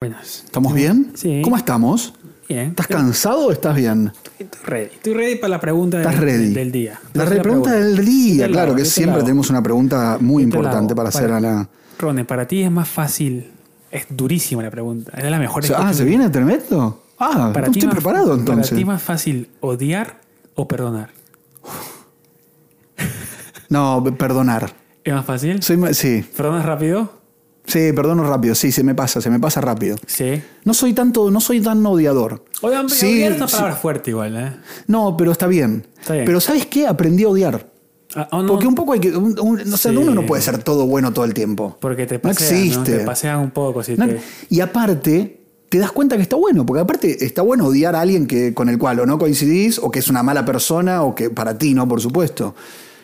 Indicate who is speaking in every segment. Speaker 1: Buenas.
Speaker 2: ¿Estamos bien?
Speaker 1: Sí.
Speaker 2: ¿Cómo estamos?
Speaker 1: Bien.
Speaker 2: ¿Estás cansado o estás bien?
Speaker 1: Estoy ready. Estoy ready para la pregunta del,
Speaker 2: ¿Estás ready?
Speaker 1: del día.
Speaker 2: La
Speaker 1: Esa es
Speaker 2: repregunta del
Speaker 1: Yo
Speaker 2: día,
Speaker 1: te la
Speaker 2: claro,
Speaker 1: hago,
Speaker 2: que
Speaker 1: yo te la
Speaker 2: siempre
Speaker 1: hago.
Speaker 2: tenemos una pregunta muy
Speaker 1: Yo te la
Speaker 2: importante
Speaker 1: hago.
Speaker 2: para hacer a la.
Speaker 1: Este Rone, para ti es más fácil. Es durísima la pregunta. Es la mejor.
Speaker 2: O sea,
Speaker 1: que
Speaker 2: ah,
Speaker 1: tuve.
Speaker 2: ¿se viene tremendo? Ah,
Speaker 1: Para ti
Speaker 2: estoy
Speaker 1: más-
Speaker 2: preparado
Speaker 1: Para ti
Speaker 2: entonces.
Speaker 1: más fácil odiar o perdonar.
Speaker 2: No, perdonar.
Speaker 1: ¿Es más fácil?
Speaker 2: Soy ma- sí,
Speaker 1: ¿Perdonas rápido?
Speaker 2: sí, perdono rápido, sí, se me pasa, se me pasa rápido.
Speaker 1: Sí.
Speaker 2: No soy tanto, no soy tan odiador.
Speaker 1: Oigan,
Speaker 2: Sí,
Speaker 1: odiar es una
Speaker 2: sí.
Speaker 1: palabra fuerte igual, ¿eh?
Speaker 2: No, pero está bien.
Speaker 1: Está bien.
Speaker 2: Pero ¿sabes qué? Aprendí a odiar.
Speaker 1: Ah, oh, no,
Speaker 2: Porque un poco hay que. un- un- o sea,
Speaker 1: Sí.
Speaker 2: uno no puede ser todo bueno todo el tiempo.
Speaker 1: porque te
Speaker 2: No
Speaker 1: pasean,
Speaker 2: existe.
Speaker 1: Te pasean un poco. Si
Speaker 2: No,
Speaker 1: te-
Speaker 2: Y aparte, te das cuenta que está bueno, porque aparte está bueno odiar a alguien que, con el cual o no coincidís, o que es una mala persona, o que para ti no, por supuesto.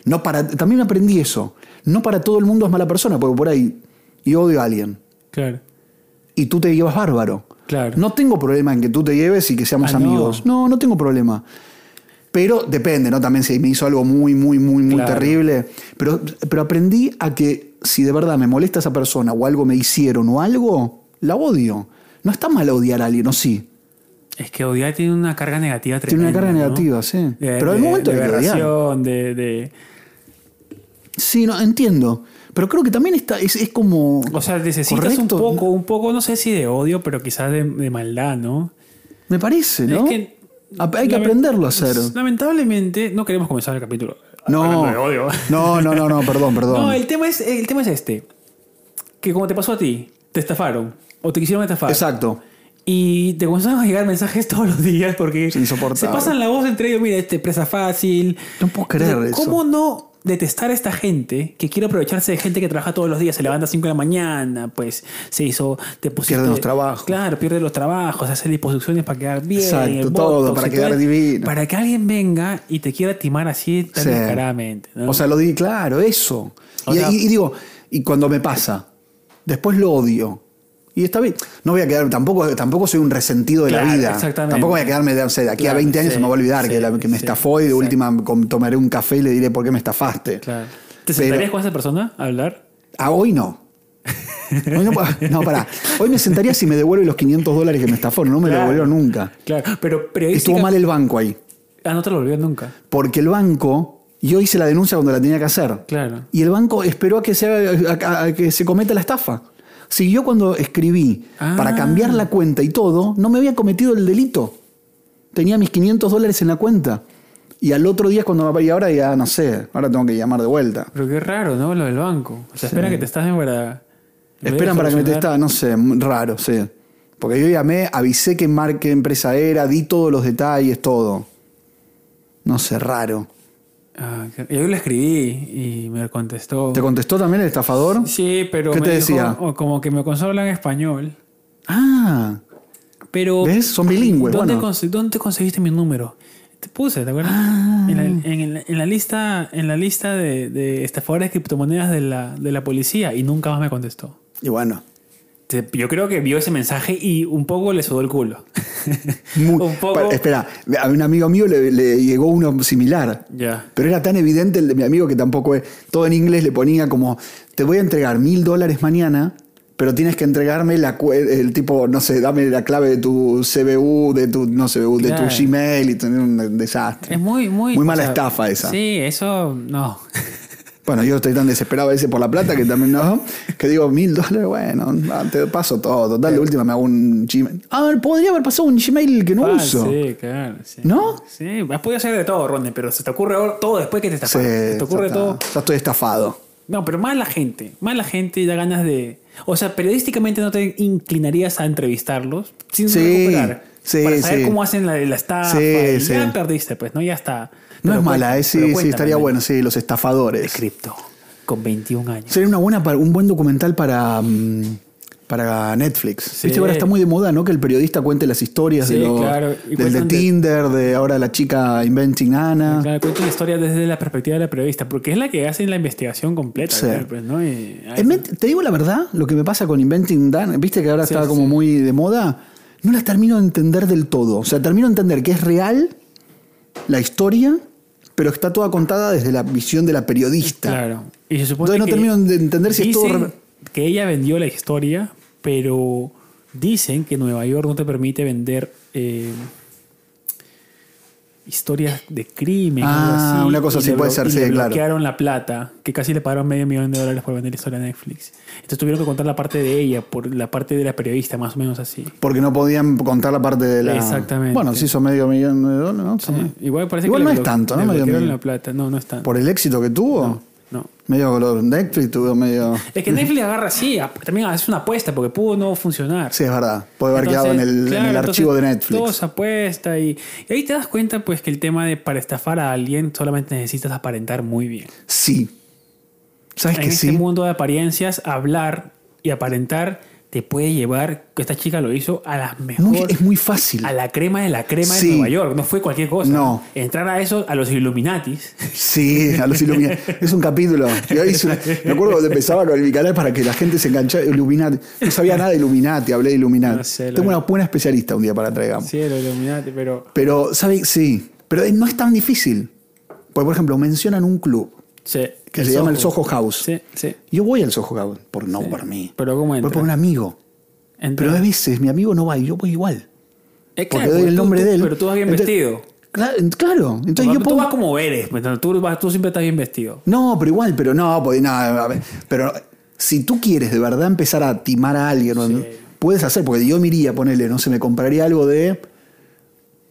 Speaker 2: No para, también aprendí eso. No para todo el mundo es mala persona, porque por ahí yo odio a alguien
Speaker 1: Claro.
Speaker 2: y tú te llevas bárbaro.
Speaker 1: Claro.
Speaker 2: No tengo problema en que tú te lleves y que seamos
Speaker 1: Ah, no.
Speaker 2: amigos. No. no, tengo problema. Pero depende, ¿no? También si me hizo algo muy, muy, muy, muy
Speaker 1: Claro.
Speaker 2: terrible. Pero, pero aprendí a que si de verdad me molesta esa persona o algo me hicieron o algo, la odio. No está mal odiar a alguien, ¿o sí?
Speaker 1: Es que odiar tiene una carga negativa
Speaker 2: Tiene
Speaker 1: tremenda.
Speaker 2: una carga
Speaker 1: ¿no? Eh,
Speaker 2: negativa, sí.
Speaker 1: De-
Speaker 2: pero hay
Speaker 1: de-
Speaker 2: momentos
Speaker 1: de
Speaker 2: de, odiar.
Speaker 1: aberración, de, de-
Speaker 2: Sí, no, entiendo. Pero creo que también está, es, es como...
Speaker 1: O sea, necesitas un
Speaker 2: Correcto.
Speaker 1: poco, un poco, no sé si de odio, pero quizás de, de maldad, ¿no?
Speaker 2: me parece, ¿no?
Speaker 1: Es que-
Speaker 2: A- hay que
Speaker 1: lamen-
Speaker 2: aprenderlo a hacer.
Speaker 1: Lamentablemente, no queremos comenzar el capítulo. hablando de
Speaker 2: No,
Speaker 1: odio.
Speaker 2: no, no, no, no, perdón, perdón.
Speaker 1: No, el tema, es, el tema es este. Que como te pasó a ti, te estafaron. O te quisieron estafar.
Speaker 2: Exacto.
Speaker 1: Y te comenzaron a llegar mensajes todos los días porque
Speaker 2: Es insoportable.
Speaker 1: se pasan la voz entre ellos. Mira, este presa fácil.
Speaker 2: No puedo creer
Speaker 1: Entonces,
Speaker 2: eso.
Speaker 1: ¿Cómo no detestar a esta gente que quiere aprovecharse de gente que trabaja todos los días? Se levanta a 5 de la mañana, pues se hizo. Te pusiste,
Speaker 2: Pierde los trabajos.
Speaker 1: Claro, pierde los trabajos, hace liposucciones para quedar bien.
Speaker 2: Exacto,
Speaker 1: el
Speaker 2: todo
Speaker 1: botox
Speaker 2: para
Speaker 1: y
Speaker 2: quedar divino.
Speaker 1: Para que alguien venga y te quiera timar así tan
Speaker 2: Sí.
Speaker 1: descaradamente. ¿no?
Speaker 2: O sea, lo di claro, eso.
Speaker 1: O
Speaker 2: y,
Speaker 1: sea-
Speaker 2: y- y digo, y cuando me pasa, después lo odio. Y está bien. No voy a quedar, tampoco, tampoco soy un resentido de la
Speaker 1: Claro,
Speaker 2: vida.
Speaker 1: exactamente.
Speaker 2: Tampoco voy a quedarme, de, o sea, de aquí
Speaker 1: Claro,
Speaker 2: a 20 años
Speaker 1: sí,
Speaker 2: se me va a olvidar que,
Speaker 1: sí,
Speaker 2: la- que me
Speaker 1: sí,
Speaker 2: estafó y de
Speaker 1: exacto.
Speaker 2: última com- tomaré un café y le diré por qué me estafaste.
Speaker 1: Claro. ¿Te
Speaker 2: Pero-
Speaker 1: sentarías con esa persona a hablar?
Speaker 2: A hoy no. Hoy no, pa- no, pará. Hoy me sentaría si me devuelve los 500 dólares que me estafaron. No me
Speaker 1: Claro.
Speaker 2: lo devolvieron nunca.
Speaker 1: Claro, pero periodística...
Speaker 2: Estuvo mal el banco ahí.
Speaker 1: Ah, no te lo volvió nunca.
Speaker 2: Porque el banco, yo hice la denuncia cuando la tenía que hacer.
Speaker 1: Claro.
Speaker 2: Y el banco esperó a que se, a- a- a que se cometa la estafa. Si yo cuando escribí
Speaker 1: Ah.
Speaker 2: para cambiar la cuenta y todo, no me había cometido el delito. Tenía mis 500 dólares en la cuenta. Y al otro día cuando me y ahora ya no sé, ahora tengo que llamar de vuelta.
Speaker 1: Pero qué raro, ¿no? Lo del banco. O sea, esperan que te estás en verdad.
Speaker 2: Esperan para que me testa, no sé, raro, sí. Porque yo llamé, avisé que mar, qué empresa era, di todos los detalles, todo. No sé, raro.
Speaker 1: Ah, qué- yo le escribí y me contestó.
Speaker 2: ¿Te contestó también el estafador?
Speaker 1: Sí, pero
Speaker 2: ¿Qué
Speaker 1: me
Speaker 2: te
Speaker 1: dijo-
Speaker 2: decía?
Speaker 1: o como que me consola en español.
Speaker 2: Ah,
Speaker 1: Pero.
Speaker 2: ¿Ves? Son bilingües,
Speaker 1: ¿Dónde,
Speaker 2: bueno.
Speaker 1: conse- dónde conseguiste mi número? Te puse, ¿te acuerdas?
Speaker 2: Ah.
Speaker 1: En, la, en la- en la lista, en la lista de, de estafadores de criptomonedas de la, de la policía y nunca más me contestó.
Speaker 2: y bueno.
Speaker 1: Te- Yo creo que vio ese mensaje y un poco le sudó el culo.
Speaker 2: Muy-
Speaker 1: un poco.
Speaker 2: pa- espera, a un amigo mío le, le llegó uno similar.
Speaker 1: Ya.
Speaker 2: Pero era tan evidente el de mi amigo que tampoco es. Todo en inglés le ponía como: Te voy a entregar mil dólares mañana, pero tienes que entregarme la cu- el tipo, no sé, dame la clave de tu CBU, de tu, no CBU, de
Speaker 1: Claro.
Speaker 2: tu Gmail y tener un desastre.
Speaker 1: Es muy, muy.
Speaker 2: Muy
Speaker 1: o
Speaker 2: mala
Speaker 1: sea,
Speaker 2: estafa esa.
Speaker 1: Sí, eso no.
Speaker 2: Bueno, yo estoy tan desesperado a veces por la plata que también no, que digo mil dólares, bueno, ah, te paso todo. Total, de última me hago un Gmail. Ah, podría haber pasado un Gmail que no
Speaker 1: Ah,
Speaker 2: uso.
Speaker 1: Sí, claro. Sí.
Speaker 2: ¿No?
Speaker 1: Sí, has podido hacer de todo, Ronde, pero se te ocurre ahora- todo después que te
Speaker 2: Sí,
Speaker 1: estafaron. se te ocurre
Speaker 2: ya está.
Speaker 1: todo.
Speaker 2: Ya estoy estafado.
Speaker 1: No, pero más la gente. Más la gente da ganas de. O sea, periodísticamente no te inclinarías a entrevistarlos sin
Speaker 2: Sí,
Speaker 1: recuperar.
Speaker 2: sí,
Speaker 1: para saber
Speaker 2: sí.
Speaker 1: cómo hacen la, la estafa.
Speaker 2: Sí,
Speaker 1: y
Speaker 2: sí.
Speaker 1: Ya perdiste, pues, ¿no? Ya está.
Speaker 2: No
Speaker 1: Pero
Speaker 2: es mala,
Speaker 1: cuenta-
Speaker 2: eh, sí,
Speaker 1: pero
Speaker 2: sí,
Speaker 1: cuéntame,
Speaker 2: estaría
Speaker 1: ¿no?
Speaker 2: bueno, sí, los
Speaker 1: De
Speaker 2: estafadores.
Speaker 1: cripto, con 21 años.
Speaker 2: Sería una buena, pa- un buen documental para, mm, para Netflix.
Speaker 1: Sí.
Speaker 2: Viste, ahora está muy de moda, ¿no? Que el periodista cuente las historias
Speaker 1: Sí,
Speaker 2: de, los-
Speaker 1: claro, y
Speaker 2: del de
Speaker 1: cuentan de-
Speaker 2: Tinder, de ahora la chica Inventing Anna.
Speaker 1: Claro, cuento la historia desde la perspectiva de la periodista, porque es la que hace la investigación completa,
Speaker 2: Sí.
Speaker 1: creo, pues, ¿no? Y-
Speaker 2: Invent- te digo la verdad, lo que me pasa con Inventing Dan, viste que ahora
Speaker 1: Sí,
Speaker 2: está como
Speaker 1: sí.
Speaker 2: muy de moda, no las termino de entender del todo. O sea, termino de entender que es real la historia, pero está toda contada desde la visión de la periodista.
Speaker 1: Claro. Y se supone
Speaker 2: Entonces no
Speaker 1: que
Speaker 2: termino de entender si es todo
Speaker 1: dicen
Speaker 2: re-
Speaker 1: que ella vendió la historia, pero Dicen que Nueva York no te permite vender eh, historias de crimen.
Speaker 2: Ah,
Speaker 1: algo así,
Speaker 2: una cosa
Speaker 1: y
Speaker 2: así
Speaker 1: le
Speaker 2: puede
Speaker 1: blo-
Speaker 2: ser,
Speaker 1: y
Speaker 2: sí,
Speaker 1: le
Speaker 2: claro.
Speaker 1: bloquearon la plata, que casi le pagaron medio millón de dólares por vender la historia a Netflix. Entonces tuvieron que contar la parte de ella, por la parte de la periodista, más o menos así.
Speaker 2: Porque no podían contar la parte de la.
Speaker 1: Exactamente.
Speaker 2: Bueno, sí, son medio millón de dólares, ¿no? Son-
Speaker 1: Igual parece
Speaker 2: Mm. Igual
Speaker 1: que
Speaker 2: no
Speaker 1: le
Speaker 2: es
Speaker 1: blo-
Speaker 2: tanto,
Speaker 1: le
Speaker 2: ¿no? Medio
Speaker 1: bloquearon
Speaker 2: millón.
Speaker 1: la plata. No, no es tanto.
Speaker 2: Por el éxito que tuvo.
Speaker 1: No.
Speaker 2: Medio color Netflix tuvo medio.
Speaker 1: Es que Netflix agarra así, ap- también hace una apuesta porque pudo no funcionar.
Speaker 2: Sí, es verdad. Puede haber
Speaker 1: Entonces,
Speaker 2: quedado en el, en
Speaker 1: claro,
Speaker 2: el
Speaker 1: entonces,
Speaker 2: archivo de Netflix.
Speaker 1: Todo se apuesta y, y ahí te das cuenta pues que el tema de para estafar a alguien solamente necesitas aparentar muy bien.
Speaker 2: Sí. ¿Sabes
Speaker 1: en
Speaker 2: que
Speaker 1: este
Speaker 2: sí?
Speaker 1: mundo de apariencias, hablar y aparentar te puede llevar, que esta chica lo hizo, a las
Speaker 2: Muy-
Speaker 1: mejores,
Speaker 2: es muy fácil.
Speaker 1: a la crema de la crema
Speaker 2: Sí.
Speaker 1: de Nueva York. No fue cualquier cosa.
Speaker 2: No.
Speaker 1: Entrar a eso, a los Illuminatis.
Speaker 2: Sí, a los Illuminati. Es un capítulo. Yo hice una- me acuerdo cuando empezaba con mi canal para que la gente se enganchara. Illuminati. No sabía nada de Illuminati, hablé de Illuminati.
Speaker 1: No sé, lo-
Speaker 2: Tengo una buena especialista un día para traigamos.
Speaker 1: Sí, los Illuminati, pero...
Speaker 2: Pero, ¿sabes? Sí. Pero eh, no es tan difícil. Porque, por ejemplo, mencionan un club
Speaker 1: sí,
Speaker 2: que se llama el Soho House.
Speaker 1: Sí, sí.
Speaker 2: Yo voy al Soho House, por, no por mí.
Speaker 1: Pero ¿cómo
Speaker 2: Voy
Speaker 1: entra?
Speaker 2: por un amigo.
Speaker 1: Entra-
Speaker 2: Pero a veces mi amigo no va y yo voy igual.
Speaker 1: Eh,
Speaker 2: Porque
Speaker 1: claro,
Speaker 2: doy el
Speaker 1: tú-
Speaker 2: nombre
Speaker 1: tú-
Speaker 2: de él.
Speaker 1: Pero tú vas bien
Speaker 2: Entonces-
Speaker 1: vestido.
Speaker 2: Cla- Claro. Entonces
Speaker 1: Tú
Speaker 2: yo pongo-
Speaker 1: vas como eres. pues, no, Tú, vas- tú siempre estás bien vestido.
Speaker 2: No, pero igual, pero no, pues nada. a ver, Pero si tú quieres de verdad empezar a timar a alguien, ¿no? puedes hacer, porque yo me iría, ponele, no sé, me compraría algo de,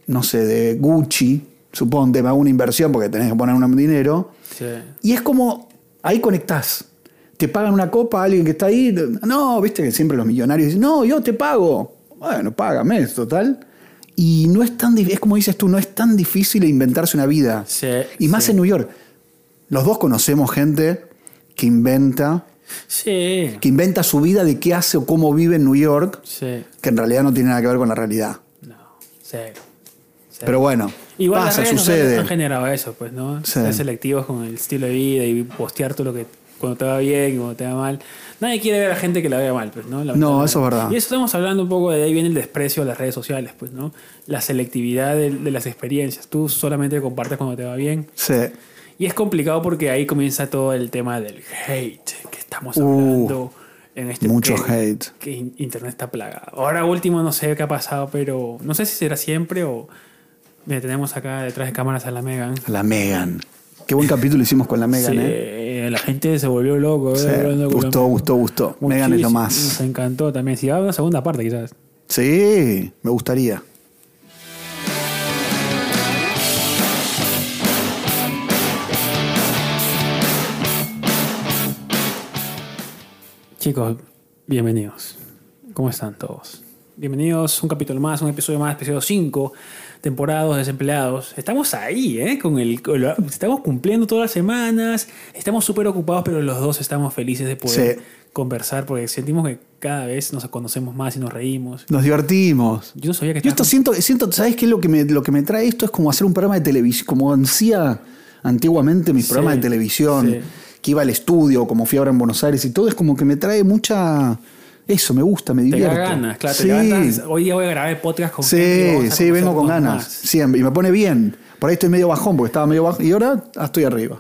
Speaker 2: no sé, de Gucci, suponte, me hago una inversión porque tenés que poner un dinero. Y es como, ahí conectás. Te pagan una copa a alguien que está ahí. No, viste que siempre los millonarios dicen, no, yo te pago. Bueno, págame, total. Y no es tan difícil, es como dices tú, no es tan difícil inventarse una vida.
Speaker 1: Sí,
Speaker 2: y más
Speaker 1: sí.
Speaker 2: en New York. Los dos conocemos gente que inventa,
Speaker 1: Sí.
Speaker 2: que inventa su vida de qué hace o cómo vive en New York,
Speaker 1: Sí.
Speaker 2: que en realidad no tiene nada que ver con la realidad.
Speaker 1: No. Cero. Cero.
Speaker 2: Pero bueno,
Speaker 1: Igual
Speaker 2: pasa,
Speaker 1: las redes sociales
Speaker 2: sucede.
Speaker 1: han generado eso, pues, ¿no?
Speaker 2: Sí.
Speaker 1: Ser selectivos con el estilo de vida y postear todo lo que cuando te va bien y cuando te va mal. Nadie quiere ver a gente que la vea mal, pues, ¿no?
Speaker 2: No, eso es verdad.
Speaker 1: Y eso estamos hablando un poco de ahí viene el desprecio de las redes sociales, pues, ¿no? La selectividad de, de las experiencias. Tú solamente compartes cuando te va bien.
Speaker 2: Sí.
Speaker 1: Y es complicado porque ahí comienza todo el tema del hate que estamos
Speaker 2: Uh,
Speaker 1: hablando en este
Speaker 2: mucho
Speaker 1: que-
Speaker 2: hate.
Speaker 1: Que in- internet está plagado. Ahora último no sé qué ha pasado, pero no sé si será siempre o Mira, tenemos acá detrás de cámaras a la Megan.
Speaker 2: La Megan. Qué buen capítulo hicimos con la Megan,
Speaker 1: Sí,
Speaker 2: ¿eh?
Speaker 1: eh, La gente se volvió loco.
Speaker 2: Sí,
Speaker 1: eh, hablando con la
Speaker 2: gustó,
Speaker 1: Megan.
Speaker 2: gustó, gustó. Megan es
Speaker 1: Muchísimo,
Speaker 2: lo más.
Speaker 1: Nos encantó también. Si va a haber una segunda parte, quizás.
Speaker 2: Sí, me gustaría.
Speaker 1: Chicos, bienvenidos. ¿Cómo están todos? Bienvenidos, un capítulo más, un episodio más, episodio 5, temporadas desempleados. Estamos ahí, ¿eh? Con el, con la- estamos cumpliendo todas las semanas, estamos súper ocupados, pero los dos estamos felices de poder
Speaker 2: Sí.
Speaker 1: conversar porque sentimos que cada vez nos conocemos más y nos reímos.
Speaker 2: Nos divertimos.
Speaker 1: Yo no sabía que
Speaker 2: Yo esto
Speaker 1: estabas-
Speaker 2: siento, siento, ¿sabes qué? Lo que, me, lo que me trae esto es como hacer un programa de televisión, como hacía antiguamente mis
Speaker 1: Sí,
Speaker 2: programas de televisión,
Speaker 1: sí.
Speaker 2: que iba al estudio, como fui ahora en Buenos Aires y todo, es como que me trae mucha... Eso, me gusta, me
Speaker 1: te da
Speaker 2: divierto.
Speaker 1: ganas, claro, te
Speaker 2: sí,
Speaker 1: levantas, Hoy día voy a grabar el podcast con gente,
Speaker 2: sí,
Speaker 1: vamos a
Speaker 2: sí, vengo con
Speaker 1: conocernos
Speaker 2: ganas.
Speaker 1: más.
Speaker 2: Siempre, y me pone bien. Por ahí estoy medio bajón, porque estaba medio bajón, y ahora ah, estoy arriba.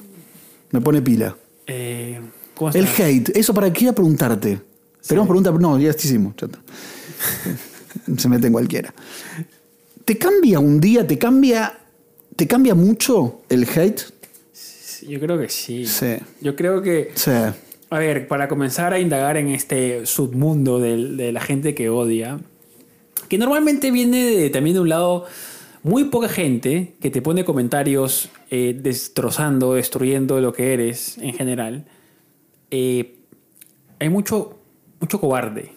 Speaker 2: Me pone pila.
Speaker 1: Eh, ¿Cómo
Speaker 2: El
Speaker 1: estás?
Speaker 2: hate, eso para qué era preguntarte. Tenemos preguntas, no, ya te hicimos. ya está. Se mete en cualquiera. ¿Te cambia un día? ¿Te cambia, te cambia mucho el hate?
Speaker 1: Yo creo que sí.
Speaker 2: Sí.
Speaker 1: Yo creo que...
Speaker 2: Sí.
Speaker 1: A ver, para comenzar a indagar en este submundo del- de, la gente que odia, que normalmente viene de- también de un lado muy poca gente que te pone comentarios eh, destrozando, destruyendo lo que eres en general. Eh, hay mucho, mucho cobarde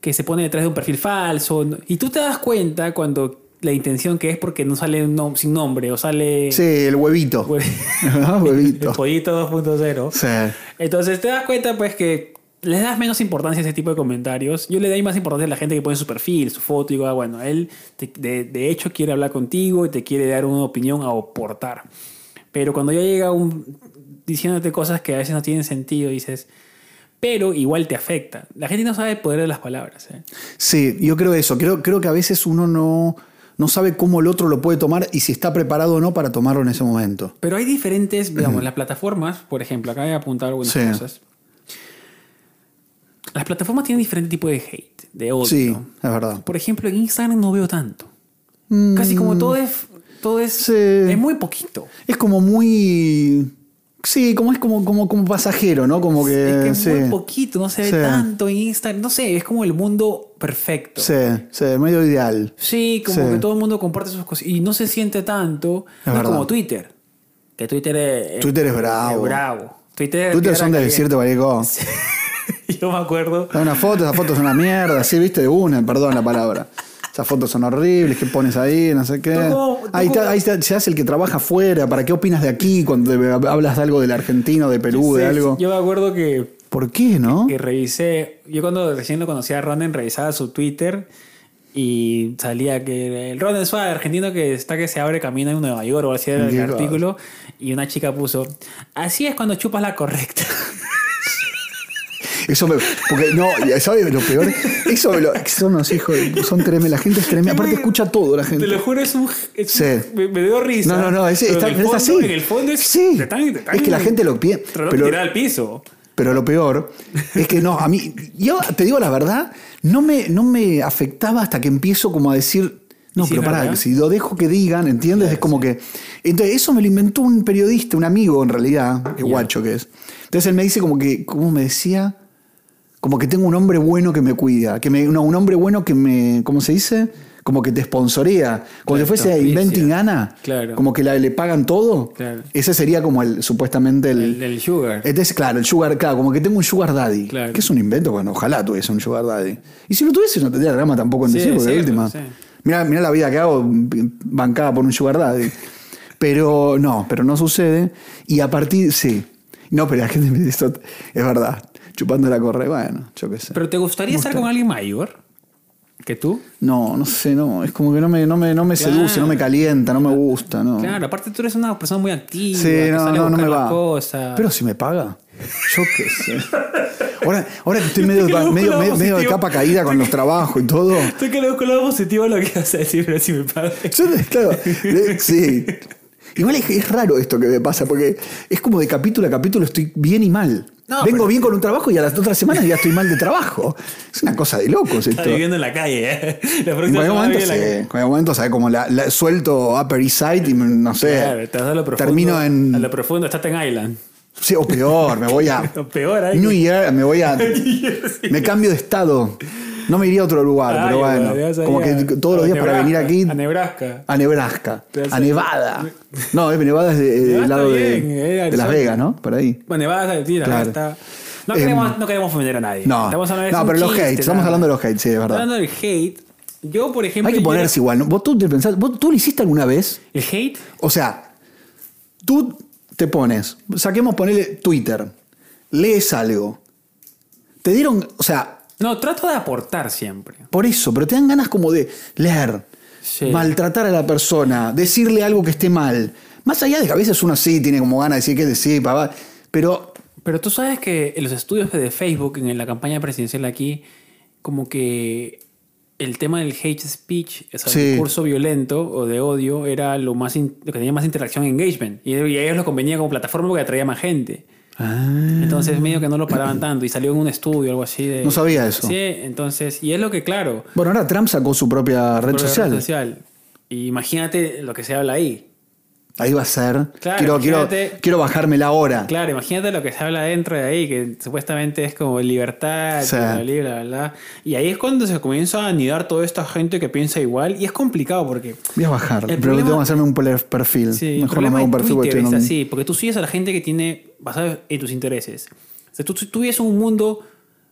Speaker 1: que se pone detrás de un perfil falso ¿no? y tú te das cuenta cuando la intención que es porque no sale un nom- sin nombre o sale
Speaker 2: Sí, el huevito.
Speaker 1: Hue-
Speaker 2: Ah,
Speaker 1: el
Speaker 2: huevito.
Speaker 1: pollito 2.0.
Speaker 2: Sí.
Speaker 1: Entonces te das cuenta pues que les das menos importancia a ese tipo de comentarios. Yo le doy más importancia a la gente que pone su perfil, su foto y digo, ah, bueno, él te- de, de hecho quiere hablar contigo y te quiere dar una opinión a aportar. Pero cuando ya llega un diciéndote cosas que a veces no tienen sentido, dices, pero igual te afecta. La gente no sabe el poder de las palabras. ¿eh?
Speaker 2: Sí, yo creo eso. Creo, creo que a veces uno no, no sabe cómo el otro lo puede tomar y si está preparado o no para tomarlo en ese momento.
Speaker 1: Pero hay diferentes, digamos, las plataformas, por ejemplo, acá voy a apuntar algunas
Speaker 2: Sí.
Speaker 1: cosas. Las plataformas tienen diferente tipo de hate, de odio.
Speaker 2: Sí, es verdad. Mm.
Speaker 1: Por ejemplo, en Instagram no veo tanto. Casi como todo es. Todo es.
Speaker 2: Sí.
Speaker 1: Es muy poquito.
Speaker 2: Es como muy. Sí, como es como, como, como pasajero, ¿no? Como que.
Speaker 1: es que es
Speaker 2: sí.
Speaker 1: muy poquito, no se ve
Speaker 2: Sí.
Speaker 1: tanto en Instagram. No sé, es como el mundo perfecto.
Speaker 2: Sí, sí, medio ideal.
Speaker 1: Sí, como
Speaker 2: Sí.
Speaker 1: que todo el mundo comparte sus cosas y no se siente tanto
Speaker 2: Es
Speaker 1: no es
Speaker 2: verdad.
Speaker 1: como Twitter. Que Twitter es,
Speaker 2: Twitter es bravo.
Speaker 1: bravo. Twitter,
Speaker 2: Twitter
Speaker 1: piedra
Speaker 2: son de
Speaker 1: caliente.
Speaker 2: decirte cualquier cosa.
Speaker 1: Yo me acuerdo.
Speaker 2: Da una foto, esa foto es una mierda, sí, viste, de una, perdón la palabra. Esas fotos son horribles, ¿qué pones ahí? No sé qué.
Speaker 1: ¿Tú cómo- tú
Speaker 2: ahí está-
Speaker 1: cómo-
Speaker 2: ahí está- se hace el que trabaja afuera, ¿para qué opinas de aquí cuando te- hablas de algo del argentino, de Perú, de
Speaker 1: Sí,
Speaker 2: algo?
Speaker 1: Yo me acuerdo que,
Speaker 2: ¿Por qué, no?
Speaker 1: que revisé. Yo cuando recién lo conocí a Ronen, revisaba su Twitter y salía que era el Ronen Suárez, argentino que está que se abre camino en Nueva York o así era el
Speaker 2: Qué
Speaker 1: artículo. Y una chica puso: Así es cuando chupas la correcta.
Speaker 2: Eso me, porque no, ¿sabes lo peor? Eso me lo, son los hijos, de- son tremendos, la gente es tremenda, aparte escucha todo la gente.
Speaker 1: Te lo juro, es un. es
Speaker 2: Sí.
Speaker 1: un- me, me dio risa.
Speaker 2: No, no, no, ese,
Speaker 1: Pero
Speaker 2: está,
Speaker 1: en el
Speaker 2: pero es
Speaker 1: fondo-
Speaker 2: así.
Speaker 1: En el fondo es.
Speaker 2: Sí.
Speaker 1: te están- te están-
Speaker 2: es que la gente lo piensa.
Speaker 1: tratando de
Speaker 2: Pero,
Speaker 1: tirar al piso.
Speaker 2: pero lo peor es que no, a mí, yo te digo la verdad, no me, no me afectaba hasta que empiezo como a decir. No,
Speaker 1: ¿Y si
Speaker 2: pero
Speaker 1: es
Speaker 2: pará,
Speaker 1: verdad?
Speaker 2: si lo dejo que digan, ¿entiendes? es como que. Entonces, eso me lo inventó un periodista, un amigo en realidad, qué guacho que es. Entonces él me dice como que, ¿cómo me decía? Como que tengo un hombre bueno que me cuida, que me, no, un hombre bueno que me, ¿cómo se dice? Como que te sponsorea,
Speaker 1: Claro,
Speaker 2: como si
Speaker 1: te
Speaker 2: fuese
Speaker 1: auspicia.
Speaker 2: Inventing Anna,
Speaker 1: Claro.
Speaker 2: como que la- le pagan todo.
Speaker 1: Claro.
Speaker 2: Ese sería como el, supuestamente el,
Speaker 1: El, el sugar.
Speaker 2: entonces, Este claro, el sugar, claro, como que tengo un sugar daddy.
Speaker 1: Claro.
Speaker 2: Que es un invento, bueno, ojalá tuviese un sugar daddy. Y si lo tuviese, no tendría drama tampoco en
Speaker 1: Sí,
Speaker 2: decirlo,
Speaker 1: es
Speaker 2: de
Speaker 1: cierto,
Speaker 2: última.
Speaker 1: sí.
Speaker 2: Mirá, mirá la vida que hago mm, bancada por un sugar daddy. Pero no, pero no sucede. Y a partir, sí. No, pero la gente me dice, esto es verdad, chupando la correa, bueno, yo qué sé.
Speaker 1: Pero ¿te gustaría estar con alguien mayor que tú?
Speaker 2: no, no sé, no, es como que no me, no me, no me
Speaker 1: Claro.
Speaker 2: seduce, no me calienta, no me gusta, no.
Speaker 1: Claro, aparte tú eres una persona muy activa.
Speaker 2: Sí,
Speaker 1: que
Speaker 2: no,
Speaker 1: sale a
Speaker 2: no, no
Speaker 1: buscar
Speaker 2: me
Speaker 1: las
Speaker 2: va.
Speaker 1: cosas.
Speaker 2: Pero si me paga. Yo qué sé. Ahora, ahora que estoy medio,
Speaker 1: que le busco
Speaker 2: medio,
Speaker 1: el
Speaker 2: medio,
Speaker 1: lado
Speaker 2: medio de
Speaker 1: positivo.
Speaker 2: capa caída con los trabajos y todo.
Speaker 1: Estoy que le busco el lado positivo a lo que vas a decir, pero si me pagas.
Speaker 2: Yo, claro, de- sí. Igual es, es raro esto que me pasa, porque es como de capítulo a capítulo estoy bien y mal.
Speaker 1: No,
Speaker 2: Vengo
Speaker 1: pero-
Speaker 2: bien con un trabajo y a las otras semanas ya estoy mal de trabajo. Es una cosa de locos esto.
Speaker 1: Estás viviendo en la calle, ¿eh? La
Speaker 2: En
Speaker 1: próxima
Speaker 2: cualquier
Speaker 1: semana
Speaker 2: momento,
Speaker 1: vive en la
Speaker 2: sí,
Speaker 1: calle.
Speaker 2: en cualquier momento, ¿sabes? Como la, la- suelto Upper East Side y me- no sé.
Speaker 1: Claro, te vas a lo profundo.
Speaker 2: termino en.
Speaker 1: A lo profundo, estás en Island.
Speaker 2: Sí, o peor, me voy a.
Speaker 1: Lo peor ahí.
Speaker 2: New Year, me voy a.
Speaker 1: Sí.
Speaker 2: Me cambio de estado. No me iría a otro lugar,
Speaker 1: Ay,
Speaker 2: pero bueno.
Speaker 1: te vas ahí
Speaker 2: Como que
Speaker 1: a-
Speaker 2: todos los
Speaker 1: a
Speaker 2: días para venir
Speaker 1: Nebraska,
Speaker 2: aquí
Speaker 1: A Nebraska.
Speaker 2: a Nebraska,
Speaker 1: Te vas
Speaker 2: a
Speaker 1: ahí.
Speaker 2: Nevada. No, eh, Nevada es de- del
Speaker 1: está
Speaker 2: lado de,
Speaker 1: bien, eh,
Speaker 2: de Las
Speaker 1: Arizona.
Speaker 2: Vegas, ¿no? Por ahí.
Speaker 1: Bueno, vas a decir,
Speaker 2: Claro. Em,
Speaker 1: está. No queremos, no queremos ofender a nadie.
Speaker 2: No,
Speaker 1: Estamos hablando de
Speaker 2: no
Speaker 1: un
Speaker 2: pero los
Speaker 1: chiste,
Speaker 2: hates, estamos
Speaker 1: nada.
Speaker 2: hablando de los hates, sí, es verdad.
Speaker 1: Hablando del hate, yo, por ejemplo.
Speaker 2: Hay que
Speaker 1: yo-
Speaker 2: ponerse igual. ¿no? ¿Vos tú te pensás, vos, tú lo hiciste alguna vez?
Speaker 1: ¿El hate?
Speaker 2: O sea, tú te pones, saquemos, ponele Twitter, lees algo. Te dieron, o sea,
Speaker 1: No, trato de aportar siempre.
Speaker 2: Por eso, pero te dan ganas como de leer,
Speaker 1: Sí.
Speaker 2: maltratar a la persona, decirle algo que esté mal. Más allá de que a veces uno sí tiene como ganas de decir que decir, papá, pero
Speaker 1: Pero tú sabes que en los estudios de Facebook en la campaña presidencial aquí, como que el tema del hate speech, o sea,
Speaker 2: Sí.
Speaker 1: el discurso violento o de odio, era lo, más in- lo que tenía más interacción y engagement. Y, y a ellos lo convenía como plataforma porque atraía más gente. Entonces, medio que no lo paraban tanto. Y salió en un estudio, algo así de.
Speaker 2: Ah. No sabía eso.
Speaker 1: Sí, entonces. Y es lo que, claro.
Speaker 2: bueno, ahora Trump sacó su propia red
Speaker 1: por la red
Speaker 2: social.
Speaker 1: social. Y imagínate lo que se habla ahí.
Speaker 2: Ahí va a ser.
Speaker 1: Claro,
Speaker 2: quiero, quiero,
Speaker 1: imagínate.
Speaker 2: quiero bajármela ahora.
Speaker 1: Claro, imagínate lo que se habla dentro de ahí, que supuestamente es como libertad,
Speaker 2: Sí.
Speaker 1: bla, bla, bla, bla. Y ahí es cuando se comienza a anidar toda esta gente que piensa igual. Y es complicado porque.
Speaker 2: Voy a bajar, pero
Speaker 1: problema-
Speaker 2: tengo que hacerme un poler- perfil.
Speaker 1: Sí, el
Speaker 2: Mejor no me
Speaker 1: problema
Speaker 2: hago un
Speaker 1: de
Speaker 2: perfil porque
Speaker 1: Twitter
Speaker 2: estoy
Speaker 1: es
Speaker 2: en un-
Speaker 1: así, porque tú sigues a la gente que tiene basado en tus intereses. O sea, tú tú vives un mundo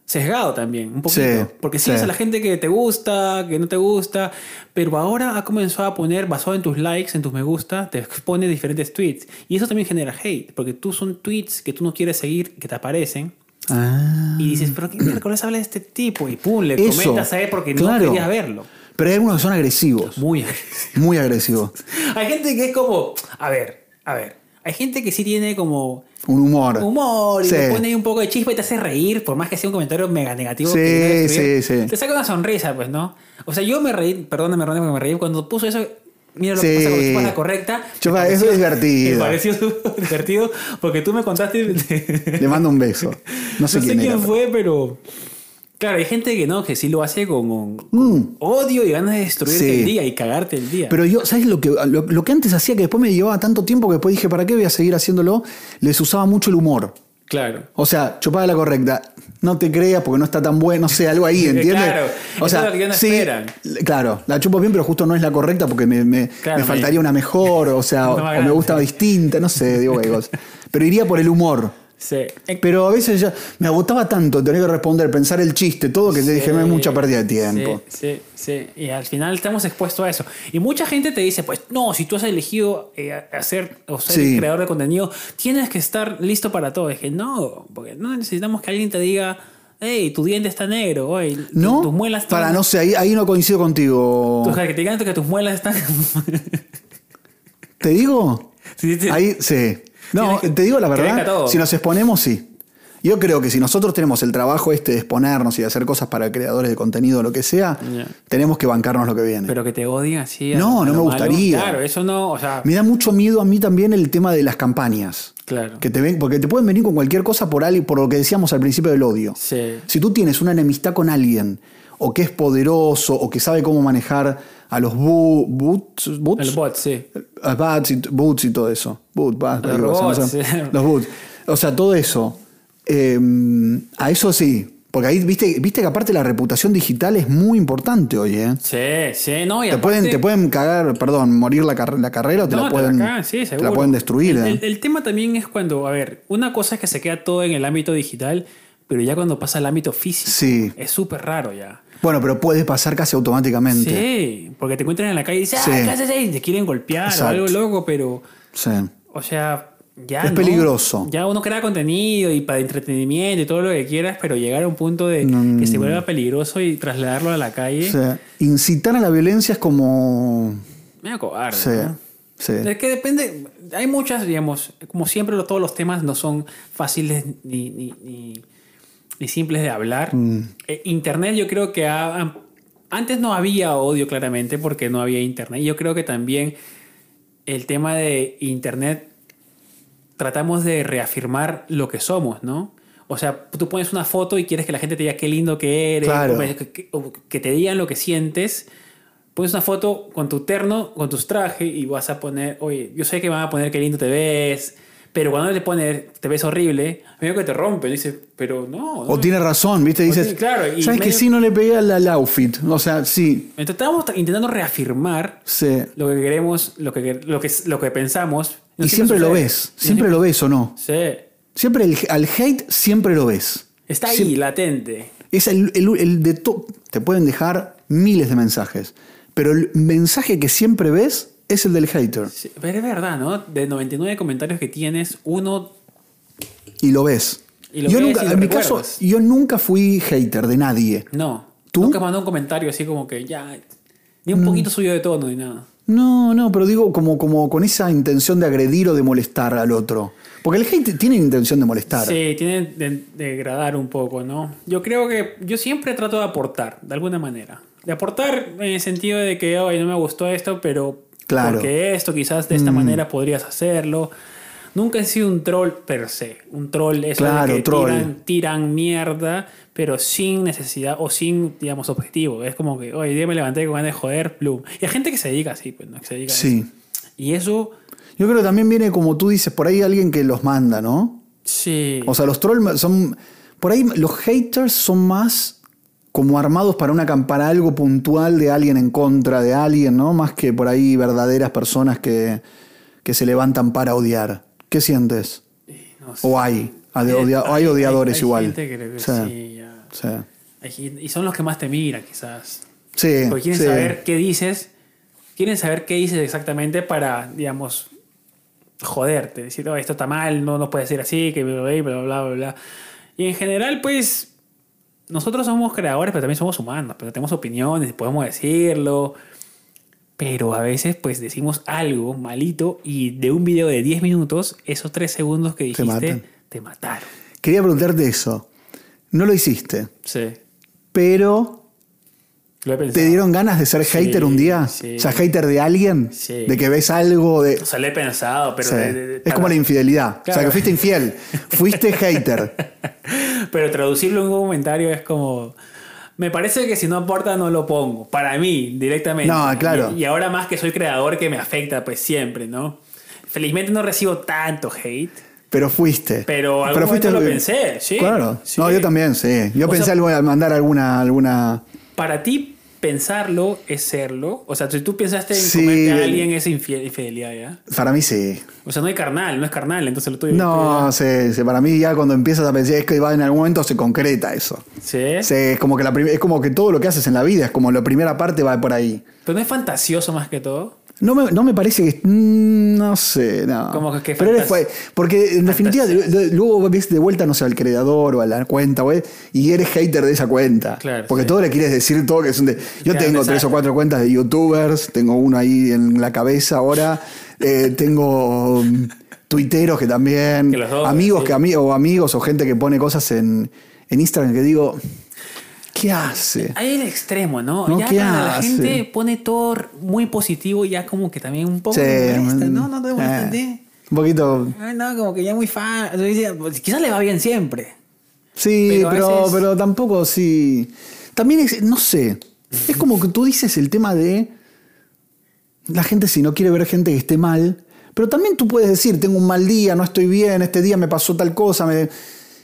Speaker 1: sesgado también, un poquito.
Speaker 2: Sí,
Speaker 1: porque sigues
Speaker 2: sí.
Speaker 1: a la gente que te gusta, que no te gusta, pero ahora ha comenzado a poner, basado en tus likes, en tus me gusta, te expone diferentes tweets. Y eso también genera hate, porque tú son tweets que tú no quieres seguir, que te aparecen.
Speaker 2: Ah.
Speaker 1: Y dices, pero ¿qué miércoles habla de este tipo? Y pum, le
Speaker 2: Eso,
Speaker 1: comentas a él porque
Speaker 2: claro.
Speaker 1: no querías verlo.
Speaker 2: Pero hay algunos que son agresivos.
Speaker 1: Muy agresivo.
Speaker 2: Muy agresivos.
Speaker 1: Hay gente que es como, a ver, a ver. Hay gente que sí tiene como
Speaker 2: Un humor.
Speaker 1: humor y
Speaker 2: Sí.
Speaker 1: le pone ahí un poco de chispa y te hace reír, por más que sea un comentario mega negativo.
Speaker 2: Sí,
Speaker 1: que no destruye,
Speaker 2: sí, sí.
Speaker 1: Te saca una sonrisa, pues, ¿no? O sea, yo me reí, perdóname, Ronnie, porque me reí cuando puso eso. Mira lo que
Speaker 2: Sí.
Speaker 1: pasa con chupas la correcta.
Speaker 2: Chupa,
Speaker 1: Me
Speaker 2: eso es divertido.
Speaker 1: Me pareció súper divertido porque tú me contaste.
Speaker 2: Le mando un beso. No sé quién, era, pero-
Speaker 1: fue, pero Claro, hay gente que no, que sí lo hace con, con- con odio y ganas de destruirte
Speaker 2: Mm. Sí.
Speaker 1: el día y cagarte el día.
Speaker 2: Pero yo, ¿sabes lo que, lo, lo que antes hacía que después me llevaba tanto tiempo que después dije, ¿para qué voy a seguir haciéndolo? Les usaba mucho el humor.
Speaker 1: claro.
Speaker 2: O sea, chupada la correcta. No te creas porque no está tan bueno, no sé, algo ahí, ¿entiendes?
Speaker 1: Claro,
Speaker 2: o
Speaker 1: es
Speaker 2: sea,
Speaker 1: lo que no
Speaker 2: sí,
Speaker 1: esperan.
Speaker 2: l- claro, la chupo bien, pero justo no es la correcta porque me, me-
Speaker 1: Claro,
Speaker 2: me
Speaker 1: me-
Speaker 2: faltaría una mejor, o
Speaker 1: Una
Speaker 2: sea, o-
Speaker 1: más
Speaker 2: o me
Speaker 1: grande.
Speaker 2: gusta distinta, no sé, digo egos. Pero iría por el humor.
Speaker 1: Sí. Eh,
Speaker 2: Pero a veces ya me agotaba tanto tener que responder, pensar el chiste, todo, que te dije, no es mucha pérdida de tiempo.
Speaker 1: Sí, sí, sí. Y al final estamos expuestos a eso. Y mucha gente te dice, pues no, si tú has elegido eh, hacer o ser
Speaker 2: Sí.
Speaker 1: creador de contenido, tienes que estar listo para todo. Es que no, porque no necesitamos que alguien te diga, hey, tu diente está negro, oye, tu-
Speaker 2: ¿No?
Speaker 1: tus muelas están...
Speaker 2: Para, no sé, ahí, ahí no coincido contigo.
Speaker 1: tus- que te digan que tus muelas están...
Speaker 2: ¿Te digo?
Speaker 1: Sí, sí.
Speaker 2: Ahí, sí. No,
Speaker 1: Tienes que-
Speaker 2: te digo la
Speaker 1: que venga
Speaker 2: verdad,
Speaker 1: todo.
Speaker 2: si nos exponemos, sí. Yo creo que si nosotros tenemos el trabajo este de exponernos y de hacer cosas para creadores de contenido o lo que sea,
Speaker 1: Ya.
Speaker 2: tenemos que bancarnos lo que viene.
Speaker 1: Pero que te odien así. a-
Speaker 2: No,
Speaker 1: a lo
Speaker 2: no me
Speaker 1: malo.
Speaker 2: gustaría.
Speaker 1: Claro, eso no, o sea,
Speaker 2: Me da mucho miedo a mí también el tema de las campañas.
Speaker 1: claro.
Speaker 2: Que te ven, porque te pueden venir con cualquier cosa por, alguien- por lo que decíamos al principio del odio.
Speaker 1: Sí.
Speaker 2: Si tú tienes una enemistad con alguien, o que es poderoso, o que sabe cómo manejar a los bu- boots, boots,
Speaker 1: El bot, sí.
Speaker 2: a Eh, Bats y, Boots y todo eso. Boot, Bats,
Speaker 1: Los
Speaker 2: digo,
Speaker 1: robots,
Speaker 2: o sea, no sé.
Speaker 1: sí.
Speaker 2: Los Boots. O sea, todo eso. Eh, a eso sí. Porque ahí, viste, viste que aparte la reputación digital es muy importante hoy, ¿eh?
Speaker 1: Sí, sí, no. Y
Speaker 2: Te pueden,
Speaker 1: aparte-
Speaker 2: te pueden cagar, perdón, morir la, car- la carrera o te,
Speaker 1: No,
Speaker 2: la
Speaker 1: te la
Speaker 2: pueden,
Speaker 1: cagan, sí,
Speaker 2: te la
Speaker 1: seguro.
Speaker 2: pueden destruir.
Speaker 1: El,
Speaker 2: ¿eh?
Speaker 1: el- el tema también es cuando, a ver, una cosa es que se queda todo en el ámbito digital, pero ya cuando pasa al ámbito físico,
Speaker 2: Sí.
Speaker 1: es súper raro ya.
Speaker 2: Bueno, pero puede pasar casi automáticamente.
Speaker 1: Sí, porque te encuentran en la calle y dicen,
Speaker 2: Sí.
Speaker 1: "Ah, ¿qué haces ahí?" Te quieren golpear
Speaker 2: Exacto.
Speaker 1: o algo loco, pero,
Speaker 2: Sí.
Speaker 1: o sea, ya.
Speaker 2: Es
Speaker 1: no.
Speaker 2: peligroso.
Speaker 1: Ya uno crea contenido y para entretenimiento y todo lo que quieras, pero llegar a un punto de que se vuelva peligroso y trasladarlo a la calle,
Speaker 2: O sea, incitar a la violencia es como.
Speaker 1: me da cobarde.
Speaker 2: Sí.
Speaker 1: ¿no?
Speaker 2: sí.
Speaker 1: Es que depende, hay muchas, digamos, como siempre lo- todos los temas no son fáciles ni, ni, ni- ni simples de hablar. Eh, internet yo creo que ha- ha- antes no había odio claramente porque no había internet. Yo creo que también el tema de internet tratamos de reafirmar lo que somos, ¿no? O sea, tú pones una foto y quieres que la gente te diga qué lindo que eres,
Speaker 2: Claro.
Speaker 1: o me- que- que, o que te digan lo que sientes. Pones Pues una foto con tu terno, con tus trajes y vas a poner, oye, yo sé que van a poner qué lindo te ves, pero cuando le pones te ves horrible, medio que te rompe, dices, pero no. no
Speaker 2: O tiene razón, ¿viste?
Speaker 1: O
Speaker 2: Dices,
Speaker 1: tiene- claro, y
Speaker 2: ¿sabes que
Speaker 1: medio-
Speaker 2: sí no le pegué al, al outfit? O sea, sí,
Speaker 1: Entonces estamos tra- intentando reafirmar
Speaker 2: sí.
Speaker 1: lo que queremos, lo que, lo que, lo que pensamos.
Speaker 2: Y siempre lo
Speaker 1: sucede.
Speaker 2: ves, siempre lo ves o no.
Speaker 1: Sí.
Speaker 2: Siempre el, al hate siempre lo ves.
Speaker 1: Está ahí,
Speaker 2: Siempre-
Speaker 1: latente.
Speaker 2: Es el, el- el de to- Te pueden dejar miles de mensajes, pero el mensaje que siempre ves es el del hater.
Speaker 1: Sí, pero es verdad, ¿no? De 99 comentarios que tienes, uno.
Speaker 2: Y lo ves.
Speaker 1: Y lo
Speaker 2: yo
Speaker 1: ves
Speaker 2: nunca,
Speaker 1: y lo
Speaker 2: en mi
Speaker 1: recuerdas.
Speaker 2: caso, yo nunca fui hater de nadie.
Speaker 1: No.
Speaker 2: ¿Tú? Mm.
Speaker 1: Nunca mandó un comentario así como que ya. Ni un poquito suyo de tono ni nada.
Speaker 2: No, no, pero digo como, como con esa intención de agredir o de molestar al otro. Porque el hate tiene intención de molestar.
Speaker 1: Sí, tienen de de degradar un poco, ¿no? Yo creo que yo siempre trato de aportar, de alguna manera. De aportar en el sentido de que, hoy no me gustó esto, pero.
Speaker 2: Claro. Mm.
Speaker 1: Porque esto, quizás de esta manera podrías hacerlo. Nunca he sido un troll per se. Un troll es algo
Speaker 2: Claro,
Speaker 1: que
Speaker 2: troll.
Speaker 1: tiran, tiran mierda, pero sin necesidad o sin, digamos, objetivo. Es como que, oye, hoy día me levanté con ganas de joder, plum. Y hay gente que se dedica así, pues, ¿no? Que se dedica a
Speaker 2: Sí.
Speaker 1: eso. Y eso,
Speaker 2: Yo creo que también viene, como tú dices, por ahí alguien que los manda, ¿no?
Speaker 1: sí.
Speaker 2: O sea, los trolls son. Por ahí los haters son más como armados para una cam- para algo puntual de alguien en contra de alguien, ¿no? Más que por ahí verdaderas personas que, que se levantan para odiar. ¿Qué sientes?
Speaker 1: no sé.
Speaker 2: O hay. a de
Speaker 1: Eh,
Speaker 2: odia- o hay odiadores
Speaker 1: hay
Speaker 2: igual.
Speaker 1: gente que creo que
Speaker 2: Sí,
Speaker 1: sí, ya.
Speaker 2: sí.
Speaker 1: Hay gente- Y son los que más te miran, quizás.
Speaker 2: Sí,
Speaker 1: Porque quieren
Speaker 2: sí.
Speaker 1: saber qué dices. Quieren saber qué dices exactamente para, digamos, joderte. Decir, "Oh, esto está mal, no nos puedes decir así, que bla, bla, bla, bla, bla, bla". Y en general, pues, nosotros somos creadores, pero también somos humanos. Pero tenemos opiniones, podemos decirlo. Pero a veces, pues, decimos algo malito y de un video de 10 minutos, esos 3 segundos que dijiste,
Speaker 2: matan.
Speaker 1: te mataron.
Speaker 2: Quería preguntarte eso. No lo hiciste,
Speaker 1: Sí.
Speaker 2: pero
Speaker 1: Lo he pensado.
Speaker 2: ¿Te dieron ganas de ser hater un día?
Speaker 1: sí.
Speaker 2: O sea, hater de alguien,
Speaker 1: Sí.
Speaker 2: de que ves algo de...
Speaker 1: O sea, lo he pensado, pero.
Speaker 2: Sí.
Speaker 1: de- de- de-
Speaker 2: es como la
Speaker 1: para-
Speaker 2: infidelidad. O sea,
Speaker 1: Claro.
Speaker 2: que fuiste infiel. Fuiste hater.
Speaker 1: Pero traducirlo en un comentario es como. Me parece que si no aporta, no lo pongo. Para mí, directamente.
Speaker 2: No, claro.
Speaker 1: Y, y ahora más que soy creador, que me afecta, pues siempre, ¿no? Felizmente no recibo tanto hate.
Speaker 2: Pero fuiste.
Speaker 1: Pero algún momento lo pensé, sí.
Speaker 2: Claro.
Speaker 1: Sí.
Speaker 2: No, yo también, sí. Yo
Speaker 1: O
Speaker 2: pensé
Speaker 1: sea-
Speaker 2: algo de mandar alguna. alguna...
Speaker 1: Para ti, pensarlo es serlo. O sea, si tú pensaste en
Speaker 2: Sí.
Speaker 1: comerte a alguien, es infiel- infidelidad, ¿ya?
Speaker 2: Para mí sí.
Speaker 1: O sea, no hay carnal, no es carnal, entonces lo tuyo.
Speaker 2: No, sí, sí, para mí ya cuando empiezas a pensar es que va en algún momento se concreta eso.
Speaker 1: ¿Sí?
Speaker 2: Sí, es, como que la prim- es como que todo lo que haces en la vida, es como la primera parte va por ahí.
Speaker 1: Pero no es fantasioso más que todo.
Speaker 2: No me, no me parece que. mm, No sé, no.
Speaker 1: Como que- que
Speaker 2: Pero él
Speaker 1: fantas-
Speaker 2: fue. Porque en definitiva, de- de- luego ves de vuelta, no sé, al creador o a la cuenta, güey, y eres hater de esa cuenta.
Speaker 1: Claro,
Speaker 2: porque
Speaker 1: sí.
Speaker 2: todo le quieres decir todo que es un. de- Yo
Speaker 1: Claro,
Speaker 2: tengo tres
Speaker 1: exacto.
Speaker 2: o cuatro cuentas de YouTubers, tengo uno ahí en la cabeza ahora, eh, tengo. mm, Tuiteros que también.
Speaker 1: Que los dos,
Speaker 2: amigos
Speaker 1: sí.
Speaker 2: que ami- o amigos o gente que pone cosas en, en Instagram que digo. ¿Qué hace?
Speaker 1: Hay el extremo, ¿no?
Speaker 2: No,
Speaker 1: ya
Speaker 2: ¿qué
Speaker 1: cuando la
Speaker 2: hace?
Speaker 1: gente pone todo r- muy positivo y ya como que también un poco
Speaker 2: Sí,
Speaker 1: me molesta,
Speaker 2: mm,
Speaker 1: ¿no? No te molesta,
Speaker 2: eh,
Speaker 1: ¿eh?
Speaker 2: Un poquito.
Speaker 1: Ay, No, como que ya muy fan. Yo decía, pues, Quizás le va bien siempre.
Speaker 2: Sí,
Speaker 1: Pero a
Speaker 2: pero, pero,
Speaker 1: veces-
Speaker 2: tampoco sí. También es, no sé, es como que tú dices el tema de la gente si no quiere ver gente que esté mal, pero también tú puedes decir, tengo un mal día, no estoy bien, este día me pasó tal cosa, me...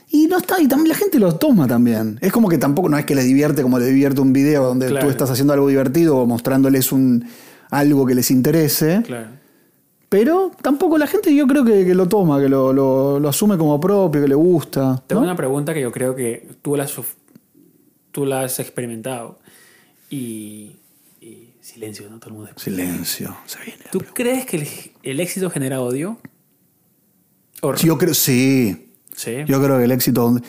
Speaker 2: Y no está, y también la gente lo toma también. Es como que tampoco, no es que les divierte como les divierte un video donde
Speaker 1: Claro.
Speaker 2: tú estás haciendo algo divertido o mostrándoles un, algo que les interese.
Speaker 1: Claro.
Speaker 2: Pero tampoco la gente yo creo que, que lo toma, que lo, lo- lo asume como propio, que le gusta.
Speaker 1: Tengo
Speaker 2: ¿no?
Speaker 1: una pregunta que yo creo que tú la has, suf- tú la has experimentado. Y, y silencio, ¿no? Todo el mundo.
Speaker 2: Silencio, se viene.
Speaker 1: ¿Tú crees que el, el éxito genera odio? ¿O-
Speaker 2: Yo creo, sí.
Speaker 1: sí.
Speaker 2: Yo creo que el éxito.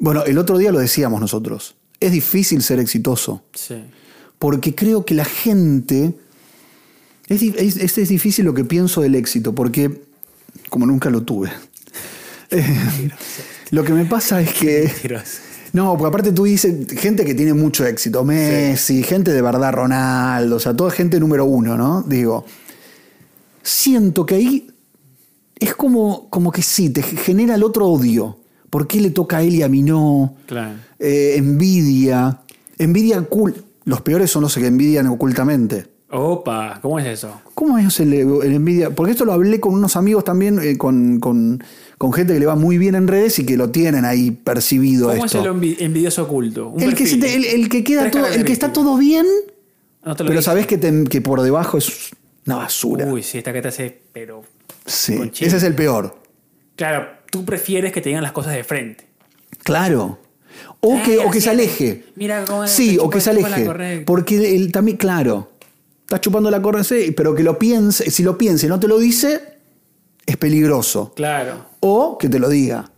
Speaker 2: Bueno, el otro día lo decíamos nosotros. Es difícil ser exitoso.
Speaker 1: Sí.
Speaker 2: Porque creo que la gente. Es, di- es- es- es difícil lo que pienso del éxito, porque como nunca lo tuve. eh, lo que me pasa es que.
Speaker 1: Mentiroso.
Speaker 2: No, porque aparte tú dices gente que tiene mucho éxito, Messi, gente de verdad, Ronaldo, o sea, toda gente número uno, ¿no? Digo, siento que ahí es como, como que sí, te genera el otro odio. ¿Por qué le toca a él y a mí no?
Speaker 1: Claro.
Speaker 2: Eh, envidia. Envidia oculta. Los peores son los que envidian ocultamente.
Speaker 1: Opa, ¿cómo es eso?
Speaker 2: ¿Cómo es el, el envidia? Porque esto lo hablé con unos amigos también, eh, con, con- con gente que le va muy bien en redes y que lo tienen ahí percibido
Speaker 1: ¿Cómo
Speaker 2: esto.
Speaker 1: es el envi- envidioso oculto? Un
Speaker 2: El que, se
Speaker 1: perfil.
Speaker 2: te- el, el que queda
Speaker 1: Tres
Speaker 2: todo, el que está
Speaker 1: características.
Speaker 2: todo bien,
Speaker 1: No te lo
Speaker 2: pero
Speaker 1: dije.
Speaker 2: sabes que, te- que por debajo es una basura.
Speaker 1: Uy, sí, esta que te hace, pero...
Speaker 2: sí.
Speaker 1: con chile.
Speaker 2: Ese es el peor.
Speaker 1: Claro, tú prefieres que te digan las cosas de frente.
Speaker 2: Claro. O
Speaker 1: Ay,
Speaker 2: que, o que
Speaker 1: así
Speaker 2: se
Speaker 1: es.
Speaker 2: aleje.
Speaker 1: Mira cómo es,
Speaker 2: Sí,
Speaker 1: te
Speaker 2: o
Speaker 1: chupa-
Speaker 2: que se
Speaker 1: te chupa la
Speaker 2: aleje.
Speaker 1: correa.
Speaker 2: Porque él también, claro, está chupando la correa, sí, pero que lo piense, si lo piense y no te lo dice, es peligroso.
Speaker 1: Claro.
Speaker 2: O que te lo diga.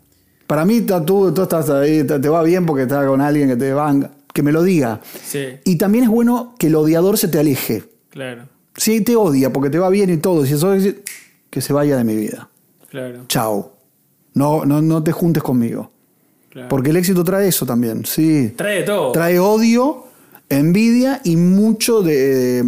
Speaker 2: Para mí, ta- tú, tú estás ahí, ta- te va bien porque estás con alguien que te banca. Que me lo diga.
Speaker 1: Sí,
Speaker 2: Y también es bueno que el odiador se te aleje.
Speaker 1: claro,
Speaker 2: Si te odia porque te va bien y todo, si eso es- que se vaya de mi vida.
Speaker 1: claro.
Speaker 2: Chao. No, no, no te juntes conmigo.
Speaker 1: claro.
Speaker 2: Porque el éxito trae eso también, sí.
Speaker 1: Trae de todo.
Speaker 2: Trae odio, envidia y mucho de,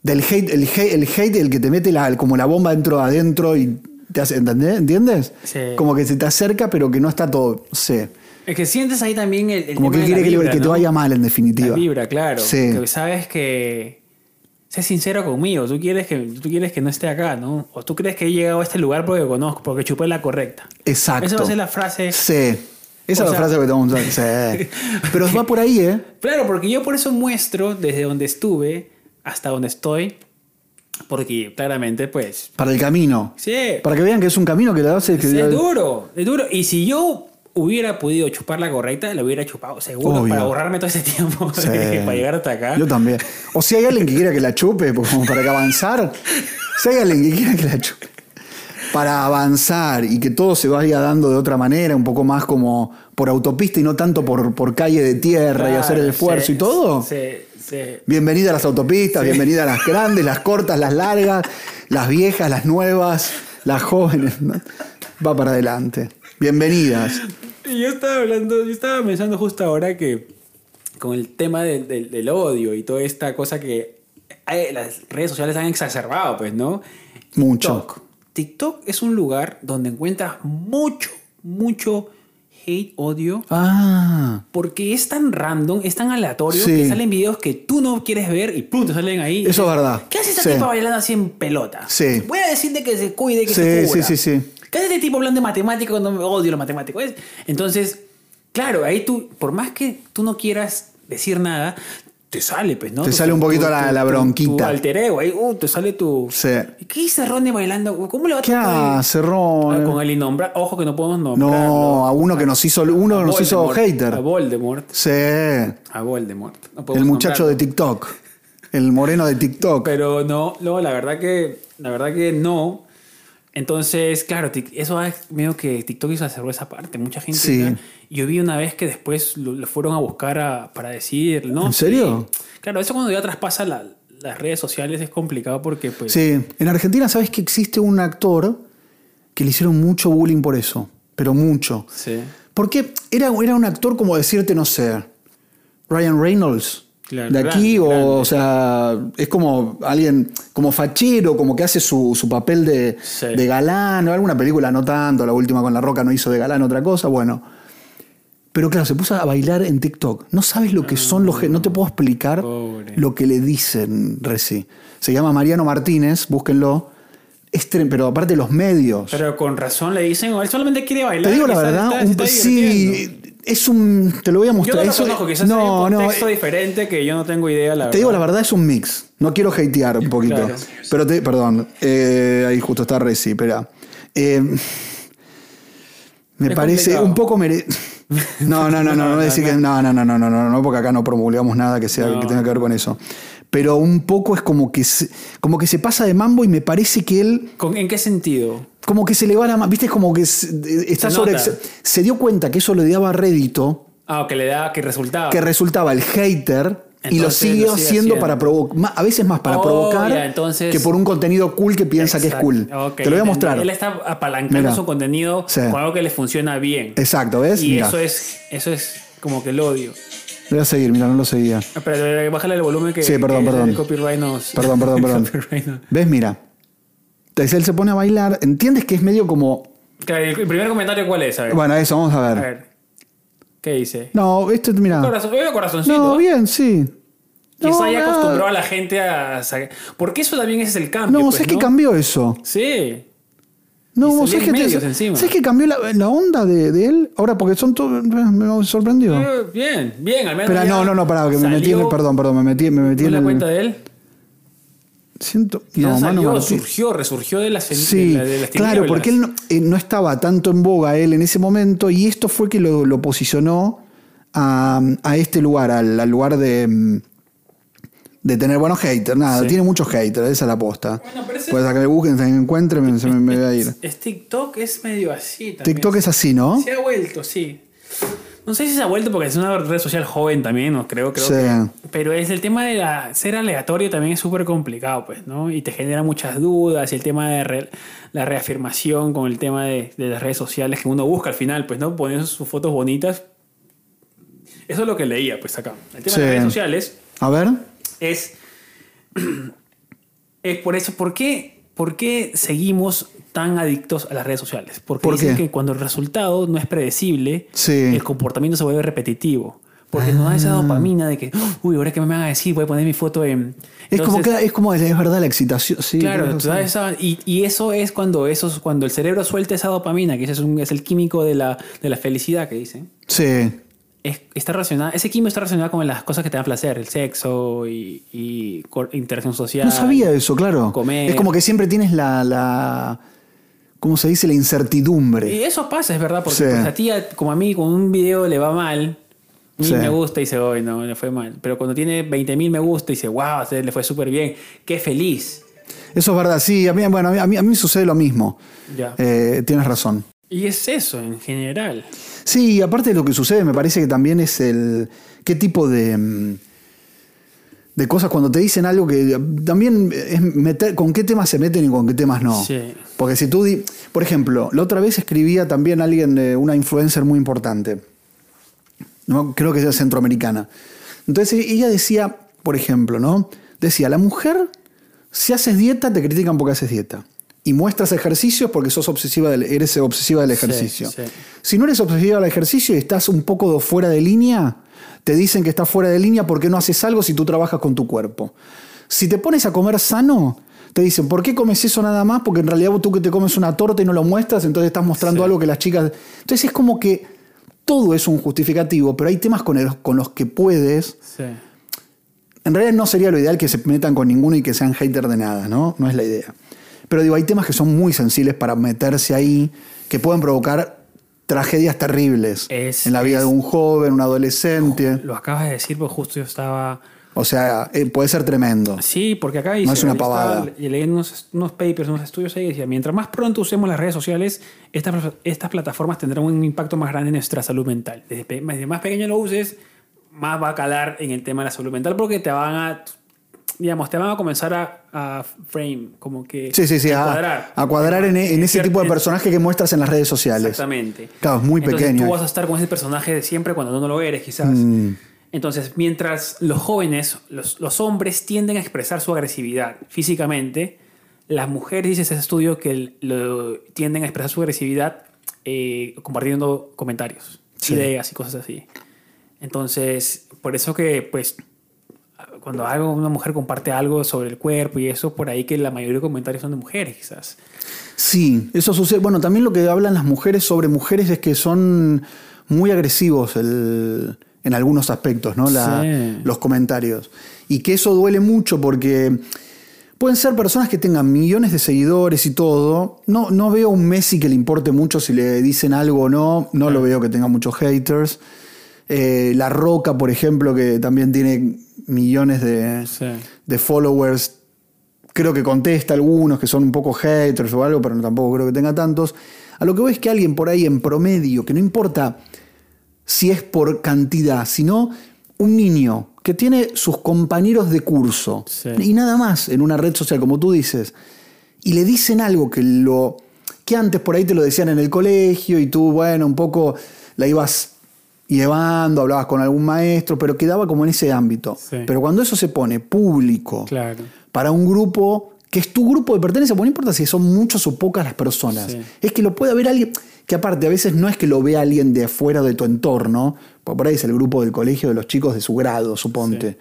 Speaker 2: del hate. El hate, el hate, el que te mete la, como la bomba dentro adentro y te hace. ¿entendés? ¿Entiendes?
Speaker 1: Sí.
Speaker 2: Como que se te acerca, pero que no está todo. Sí.
Speaker 1: Es que sientes ahí también el, el
Speaker 2: Como que
Speaker 1: tema
Speaker 2: él
Speaker 1: de la
Speaker 2: quiere que, le-
Speaker 1: vibra,
Speaker 2: que te
Speaker 1: ¿no?
Speaker 2: vaya mal, en definitiva.
Speaker 1: La vibra, claro.
Speaker 2: Sí.
Speaker 1: Que sabes que... Sé sincero conmigo. Tú quieres, que, tú quieres que no esté acá, ¿no? O tú crees que he llegado a este lugar porque conozco, porque chupé la correcta.
Speaker 2: Exacto.
Speaker 1: Esa va a ser la frase...
Speaker 2: Sí. Esa
Speaker 1: O
Speaker 2: es la
Speaker 1: sea-
Speaker 2: frase que te vamos a usar. Sí. Pero va por ahí, ¿eh?
Speaker 1: Claro, porque yo por eso muestro desde donde estuve hasta donde estoy. Porque claramente, pues...
Speaker 2: Para el camino.
Speaker 1: Sí,
Speaker 2: Para que vean que es un camino que le hace. Que
Speaker 1: Sí, es duro, es duro. Y si yo hubiera podido chupar la correcta, la hubiera chupado, seguro,
Speaker 2: Obvio.
Speaker 1: para ahorrarme todo ese tiempo
Speaker 2: Sí.
Speaker 1: de- para llegar hasta acá.
Speaker 2: Yo también. O si hay alguien que quiera que la chupe, pues, como para que avanzar. Si hay alguien que quiera que la chupe. Para avanzar y que todo se vaya dando de otra manera, un poco más como por autopista y no tanto por, por calle de tierra y
Speaker 1: Claro,
Speaker 2: hacer el esfuerzo
Speaker 1: sí,
Speaker 2: y todo.
Speaker 1: sí, sí.
Speaker 2: Bienvenida a las autopistas, bienvenida a las grandes, las cortas, las largas, las viejas, las nuevas, las jóvenes. ¿no? Va para adelante. Bienvenidas.
Speaker 1: Y yo estaba hablando, yo estaba pensando justo ahora que con el tema del, del- del odio y toda esta cosa que hay- las redes sociales han exacerbado, pues, ¿no?
Speaker 2: Mucho.
Speaker 1: TikTok. TikTok es un lugar donde encuentras mucho, mucho hate, odio,
Speaker 2: Ah.
Speaker 1: porque es tan random, es tan aleatorio,
Speaker 2: Sí.
Speaker 1: que salen videos que tú no quieres ver y pum, te salen ahí.
Speaker 2: Eso es verdad.
Speaker 1: ¿Qué hace esta
Speaker 2: Sí.
Speaker 1: tipa bailando así en pelota?
Speaker 2: Sí.
Speaker 1: Voy a decirte que se cuide, que
Speaker 2: Sí,
Speaker 1: se cubra.
Speaker 2: sí, sí, sí.
Speaker 1: ¿Qué hace este tipo hablando de matemáticas cuando me odio los matemáticos? Es- Entonces, claro, ahí tú, por más que tú no quieras decir nada, te sale, pues, ¿no?
Speaker 2: Te
Speaker 1: Tu-
Speaker 2: sale un
Speaker 1: tu-
Speaker 2: poquito la- la
Speaker 1: Tu
Speaker 2: bronquita.
Speaker 1: alter ego, ahí, uh, te sale tu...
Speaker 2: Sí.
Speaker 1: ¿Y ¿Qué hice Ronnie bailando? ¿Cómo le va a
Speaker 2: ¿Qué
Speaker 1: tocar?
Speaker 2: hace, Ron?
Speaker 1: Ah, Con el innombra... Ojo que no podemos nombrar.
Speaker 2: No, a uno que nos hizo, uno que nos hizo
Speaker 1: A
Speaker 2: hater.
Speaker 1: Voldemort.
Speaker 2: Sí.
Speaker 1: A Voldemort. No podemos
Speaker 2: El muchacho
Speaker 1: nombrarlo.
Speaker 2: de TikTok. El moreno de TikTok.
Speaker 1: Pero no, no, la verdad que, la verdad que no. Entonces, claro, tic- eso es medio que TikTok hizo cerró esa parte. Mucha gente.
Speaker 2: Sí.
Speaker 1: ya- Yo vi una vez que después lo, lo fueron a buscar a- para decir, ¿no?
Speaker 2: ¿En serio?
Speaker 1: Sí. Claro, eso cuando ya traspasa la- las redes sociales es complicado porque, pues.
Speaker 2: Sí. En Argentina, ¿sabes que existe un actor que le hicieron mucho bullying por eso? Pero mucho.
Speaker 1: Sí,
Speaker 2: Porque era, era un actor como decirte, no sé, Ryan Reynolds.
Speaker 1: Claro,
Speaker 2: de aquí,
Speaker 1: grande,
Speaker 2: o,
Speaker 1: grande.
Speaker 2: o sea, es como alguien, como fachero, como que hace su, su papel de,
Speaker 1: Sí.
Speaker 2: de galán, o alguna película, no tanto, la última con La Roca no hizo de galán, otra cosa, bueno. Pero claro, se puso a bailar en TikTok. No sabes lo que son los... ge- No te puedo explicar
Speaker 1: Ah, Pobre.
Speaker 2: lo que le dicen Reci. Se llama Mariano Martínez, búsquenlo. Es tre- pero aparte los medios.
Speaker 1: Pero con razón le dicen, "Oh, él solamente quiere bailar.
Speaker 2: Te digo la
Speaker 1: que está-
Speaker 2: verdad,
Speaker 1: está-
Speaker 2: un- pues
Speaker 1: se está divirtiendo".
Speaker 2: sí, es un. Te lo voy a
Speaker 1: Yo
Speaker 2: mostrar.
Speaker 1: no lo
Speaker 2: es un-
Speaker 1: conozco, quizás hay
Speaker 2: no,
Speaker 1: un
Speaker 2: no,
Speaker 1: contexto
Speaker 2: eh,
Speaker 1: diferente que yo no tengo idea, la
Speaker 2: Te digo la verdad, es un mix. No quiero hatear un poquito.
Speaker 1: Claro.
Speaker 2: Pero te, perdón, eh, ahí justo está Resi, espera. Eh, me
Speaker 1: Es
Speaker 2: parece
Speaker 1: complicado.
Speaker 2: un poco mere... No, no, no, no, no,
Speaker 1: No,
Speaker 2: no,
Speaker 1: no,
Speaker 2: decir
Speaker 1: no.
Speaker 2: que no, no, no, no, no, no, no, porque acá no promulgamos nada que sea
Speaker 1: No.
Speaker 2: que tenga que ver con eso. Pero un poco es como que se, como que se pasa de mambo y me parece que él
Speaker 1: ¿Con- ¿En qué sentido?
Speaker 2: como que se le va la mano, viste, es como que se- eh, está
Speaker 1: Se
Speaker 2: sobre
Speaker 1: nota.
Speaker 2: se dio cuenta que eso le daba rédito
Speaker 1: Ah, que le da, que resultaba.
Speaker 2: que resultaba el hater
Speaker 1: Entonces,
Speaker 2: y lo siguió
Speaker 1: lo sigue
Speaker 2: haciendo
Speaker 1: haciendo.
Speaker 2: para provocar, a veces más para
Speaker 1: Oh,
Speaker 2: provocar
Speaker 1: ya, entonces-
Speaker 2: que por un contenido cool que piensa que es
Speaker 1: Exacto.
Speaker 2: cool.
Speaker 1: Ok,
Speaker 2: Te lo voy a
Speaker 1: entendí.
Speaker 2: mostrar.
Speaker 1: Él está apalancando
Speaker 2: Mira.
Speaker 1: su contenido
Speaker 2: Sí.
Speaker 1: con algo que le funciona bien.
Speaker 2: Exacto, ¿ves?
Speaker 1: Y
Speaker 2: Mira.
Speaker 1: eso es, eso es como que el odio. Ah,
Speaker 2: Voy a seguir, mira, no lo seguía.
Speaker 1: Pero eh, bájale el volumen que,
Speaker 2: Sí, perdón,
Speaker 1: que
Speaker 2: perdón.
Speaker 1: el copyright nos-
Speaker 2: Perdón, perdón,
Speaker 1: el
Speaker 2: perdón.
Speaker 1: copyright nos-
Speaker 2: ¿Ves? Mira. Entonces él se pone a bailar, entiendes que es medio como,
Speaker 1: Claro, el primer comentario cuál es, a ver.
Speaker 2: bueno, eso vamos a
Speaker 1: A
Speaker 2: ver.
Speaker 1: ver. ¿Qué dice?
Speaker 2: No, esto mira.
Speaker 1: Corazón, oye, corazoncito.
Speaker 2: Ah. No, bien, sí.
Speaker 1: Quizá
Speaker 2: No,
Speaker 1: ya
Speaker 2: nada.
Speaker 1: acostumbró a la gente a sa- Porque eso también es el cambio.
Speaker 2: No,
Speaker 1: pues,
Speaker 2: sé que cambió eso.
Speaker 1: Sí. Y
Speaker 2: No,
Speaker 1: salía
Speaker 2: ¿sabes
Speaker 1: en
Speaker 2: que, te-
Speaker 1: medios encima.
Speaker 2: ¿sabes que cambió la, la onda de, de él? Ahora, porque son todos. Me sorprendió.
Speaker 1: Eh, Bien, bien, al menos.
Speaker 2: Espera,
Speaker 1: ya
Speaker 2: no, no, no, pará, que me metí en
Speaker 1: salió,
Speaker 2: el. Perdón, perdón, me metí, me metí
Speaker 1: ¿tú
Speaker 2: en
Speaker 1: la
Speaker 2: el.
Speaker 1: cuenta de él?
Speaker 2: Siento.
Speaker 1: Ya
Speaker 2: No, Manu
Speaker 1: salió,
Speaker 2: Martín.
Speaker 1: surgió, resurgió de las
Speaker 2: Sí,
Speaker 1: de la- de las
Speaker 2: claro,
Speaker 1: tinieblas.
Speaker 2: porque él no, eh, no estaba tanto en boga él en ese momento y esto fue que lo, lo posicionó a, a este lugar, al, al lugar de, mm, de tener buenos haters. Nada,
Speaker 1: Sí.
Speaker 2: tiene muchos haters, esa es la posta.
Speaker 1: Bueno, pero ese-
Speaker 2: Pues a que me busquen, se me encuentren, me- se me, me va a ir.
Speaker 1: Es TikTok es medio así también.
Speaker 2: TikTok es así, ¿no?
Speaker 1: Se ha vuelto, sí. No sé si se ha vuelto porque es una red social joven también, no creo, creo.
Speaker 2: Sí.
Speaker 1: que- pero es el tema de la- ser aleatorio también es súper complicado, pues, ¿no? Y te genera muchas dudas y el tema de re- la reafirmación con el tema de, de las redes sociales que uno busca al final, pues, ¿no? Poniendo sus fotos bonitas. Eso es lo que leía, pues, acá. El tema
Speaker 2: Sí.
Speaker 1: de las redes sociales
Speaker 2: A ver.
Speaker 1: es, es por eso, ¿por qué, ¿por qué seguimos tan adictos a las redes sociales? Porque
Speaker 2: ¿Por
Speaker 1: dicen
Speaker 2: qué?
Speaker 1: que cuando el resultado no es predecible,
Speaker 2: Sí. Ah.
Speaker 1: el comportamiento se vuelve repetitivo. Porque nos da esa dopamina de que, uy, ahora que me van a decir, voy a poner mi foto en...
Speaker 2: Es como,
Speaker 1: Entonces,
Speaker 2: que, es como, es verdad la excitación. Sí,
Speaker 1: Claro,
Speaker 2: tenés
Speaker 1: tú sabes
Speaker 2: razón.
Speaker 1: esa- y, y eso es cuando eso es cuando el cerebro suelta esa dopamina, que ese es, un- es el químico de la, de la felicidad que dicen.
Speaker 2: Sí.
Speaker 1: es- está relacionada, ese químico está relacionado con las cosas que te dan placer, el sexo y, y cor- interacción social.
Speaker 2: No sabía eso, claro.
Speaker 1: comer.
Speaker 2: Es como que siempre tienes la, la. ¿Cómo se dice? La incertidumbre.
Speaker 1: Y eso pasa, es verdad, porque
Speaker 2: Sí.
Speaker 1: pues, a ti, a- como a mí, con un video le va mal, mil
Speaker 2: Sí.
Speaker 1: me gusta y dice, hoy no, le fue mal. Pero cuando tiene 20.000 me gusta y dice, wow, se- le fue súper bien, qué feliz.
Speaker 2: Eso es verdad, sí. A mí, bueno, a mí, a mí- a mí me sucede lo mismo.
Speaker 1: Ya.
Speaker 2: Eh, tienes razón.
Speaker 1: Y es eso en general.
Speaker 2: Sí, y aparte de lo que sucede, me parece que también es el. ¿Qué tipo de. mm, de cosas cuando te dicen algo que. También es meter. ¿Con qué temas se meten y con qué temas no?
Speaker 1: Sí.
Speaker 2: Porque si tú. di- por ejemplo, la otra vez escribía también alguien, eh, una influencer muy importante. ¿no? creo que ella es centroamericana. Entonces e, ella decía, por ejemplo, ¿no? Decía, la mujer, si haces dieta, te critican porque haces dieta. y muestras ejercicios porque sos obsesiva del, eres obsesiva del ejercicio.
Speaker 1: sí.
Speaker 2: Si no eres obsesiva del ejercicio y estás un poco fuera de línea, te dicen que estás fuera de línea porque no haces algo si tú trabajas con tu cuerpo. Si te pones a comer sano, te dicen, ¿por qué comes eso nada más? Porque en realidad vos tú que te comes una torta y no lo muestras, entonces estás mostrando
Speaker 1: Sí.
Speaker 2: algo que las chicas... Entonces es como que todo es un justificativo, pero hay temas con, el- con los que puedes
Speaker 1: Sí.
Speaker 2: en realidad no sería lo ideal que se metan con ninguno y que sean hater de nada, ¿no? No es la idea. Pero digo, hay temas que son muy sensibles para meterse ahí, que pueden provocar tragedias terribles
Speaker 1: Es-
Speaker 2: en la vida de un joven, un adolescente.
Speaker 1: Lo acabas de decir, pues justo yo estaba.
Speaker 2: O sea, eh, puede ser tremendo.
Speaker 1: Sí, porque acá dice.
Speaker 2: es una
Speaker 1: yo estaba
Speaker 2: pavada.
Speaker 1: le- leyendo unos, unos papers, unos estudios ahí decía: mientras más pronto usemos las redes sociales, estas, pla- estas plataformas tendrán un impacto más grande en nuestra salud mental. Desde, pe- desde más pequeño lo uses, más va a calar en el tema de la salud mental porque te van a. Digamos, te van a comenzar a, a frame, como que.
Speaker 2: Sí, sí, sí.
Speaker 1: a
Speaker 2: A,
Speaker 1: cuadrar.
Speaker 2: a cuadrar en, en ese
Speaker 1: cier-
Speaker 2: tipo de
Speaker 1: en-
Speaker 2: personaje que muestras en las redes sociales.
Speaker 1: Exactamente.
Speaker 2: Claro, es muy
Speaker 1: Entonces,
Speaker 2: pequeño. Mm.
Speaker 1: Tú vas a estar con ese personaje de siempre cuando no lo eres, quizás. Entonces, mientras los jóvenes, los, los hombres tienden a expresar su agresividad físicamente, las mujeres, dice ese estudio, que el- lo- tienden a expresar su agresividad eh, compartiendo comentarios,
Speaker 2: Sí.
Speaker 1: ideas y cosas así. Entonces, por eso que, pues, cuando algo, una mujer comparte algo sobre el cuerpo y eso, por ahí que la mayoría de comentarios son de mujeres, quizás.
Speaker 2: Sí, eso sucede. Bueno, también lo que hablan las mujeres sobre mujeres es que son muy agresivos el- en algunos aspectos, ¿no? La-
Speaker 1: Sí.
Speaker 2: Los comentarios. Y que eso duele mucho porque pueden ser personas que tengan millones de seguidores y todo. No, no veo un Messi que le importe mucho si le dicen algo o no. No lo veo que tenga muchos haters. Eh, la Roca, por ejemplo, que también tiene millones de, de followers. Creo que contesta algunos que son un poco haters o algo, pero no- tampoco creo que tenga tantos. A lo que voy es que alguien por ahí en promedio, que no importa si es por cantidad, sino un niño que tiene sus compañeros de curso
Speaker 1: Sí.
Speaker 2: y nada más en una red social, como tú dices, y le dicen algo que lo. que antes por ahí te lo decían en el colegio y tú, bueno, un poco la ibas llevando, hablabas con algún maestro, pero quedaba como en ese ámbito.
Speaker 1: Sí.
Speaker 2: Pero cuando eso se pone público
Speaker 1: Claro.
Speaker 2: para un grupo que es tu grupo de pertenencia, porque no importa si son muchos o pocas las personas,
Speaker 1: Sí.
Speaker 2: es que lo pueda ver alguien, que aparte a veces no es que lo vea alguien de afuera de tu entorno, porque por ahí es el grupo del colegio de los chicos de su grado, suponte.
Speaker 1: Sí.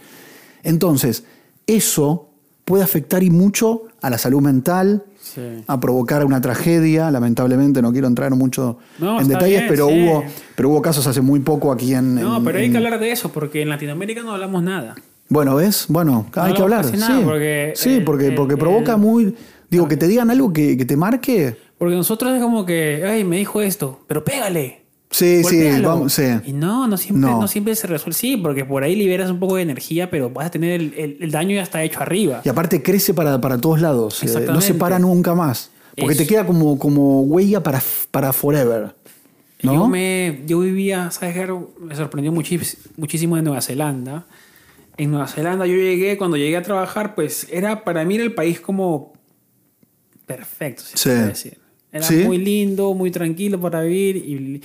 Speaker 2: Entonces, eso puede afectar y mucho a la salud mental,
Speaker 1: Sí.
Speaker 2: a provocar una tragedia, lamentablemente no quiero entrar mucho
Speaker 1: No,
Speaker 2: en
Speaker 1: está
Speaker 2: detalles,
Speaker 1: bien,
Speaker 2: pero,
Speaker 1: sí.
Speaker 2: hubo, pero hubo casos hace muy poco aquí en...
Speaker 1: No,
Speaker 2: en-
Speaker 1: pero hay que
Speaker 2: en-
Speaker 1: hablar de eso, porque en Latinoamérica no hablamos nada.
Speaker 2: Bueno, ¿ves? Bueno, hay que
Speaker 1: hablamos
Speaker 2: hablar.
Speaker 1: casi nada,
Speaker 2: sí,
Speaker 1: porque
Speaker 2: Sí,
Speaker 1: el-
Speaker 2: porque,
Speaker 1: el-
Speaker 2: porque
Speaker 1: el- Ah.
Speaker 2: provoca muy. Digo, que te digan algo que, que te marque.
Speaker 1: Porque nosotros es como que, ay, me dijo esto, pero pégale.
Speaker 2: Sí, sí,
Speaker 1: golpéalo".
Speaker 2: vamos, sí.
Speaker 1: Y no, no siempre,
Speaker 2: No.
Speaker 1: no. siempre se resuelve. Sí, porque por ahí liberas un poco de energía, pero vas a tener el, el- el daño ya está hecho arriba.
Speaker 2: Y aparte crece para, para todos lados. eh, no se
Speaker 1: Exactamente.
Speaker 2: para nunca más. Porque te
Speaker 1: Eso.
Speaker 2: queda como, como huella para, para forever. ¿No?
Speaker 1: Yo, me, yo vivía, ¿sabes, Garo? Me sorprendió muchis- muchísimo de Nueva Zelanda. En Nueva Zelanda yo llegué, cuando llegué a trabajar, pues era para mí era el país como perfecto, se
Speaker 2: Sí.
Speaker 1: puede decir. Era
Speaker 2: Sí.
Speaker 1: muy lindo, muy tranquilo para vivir. Y,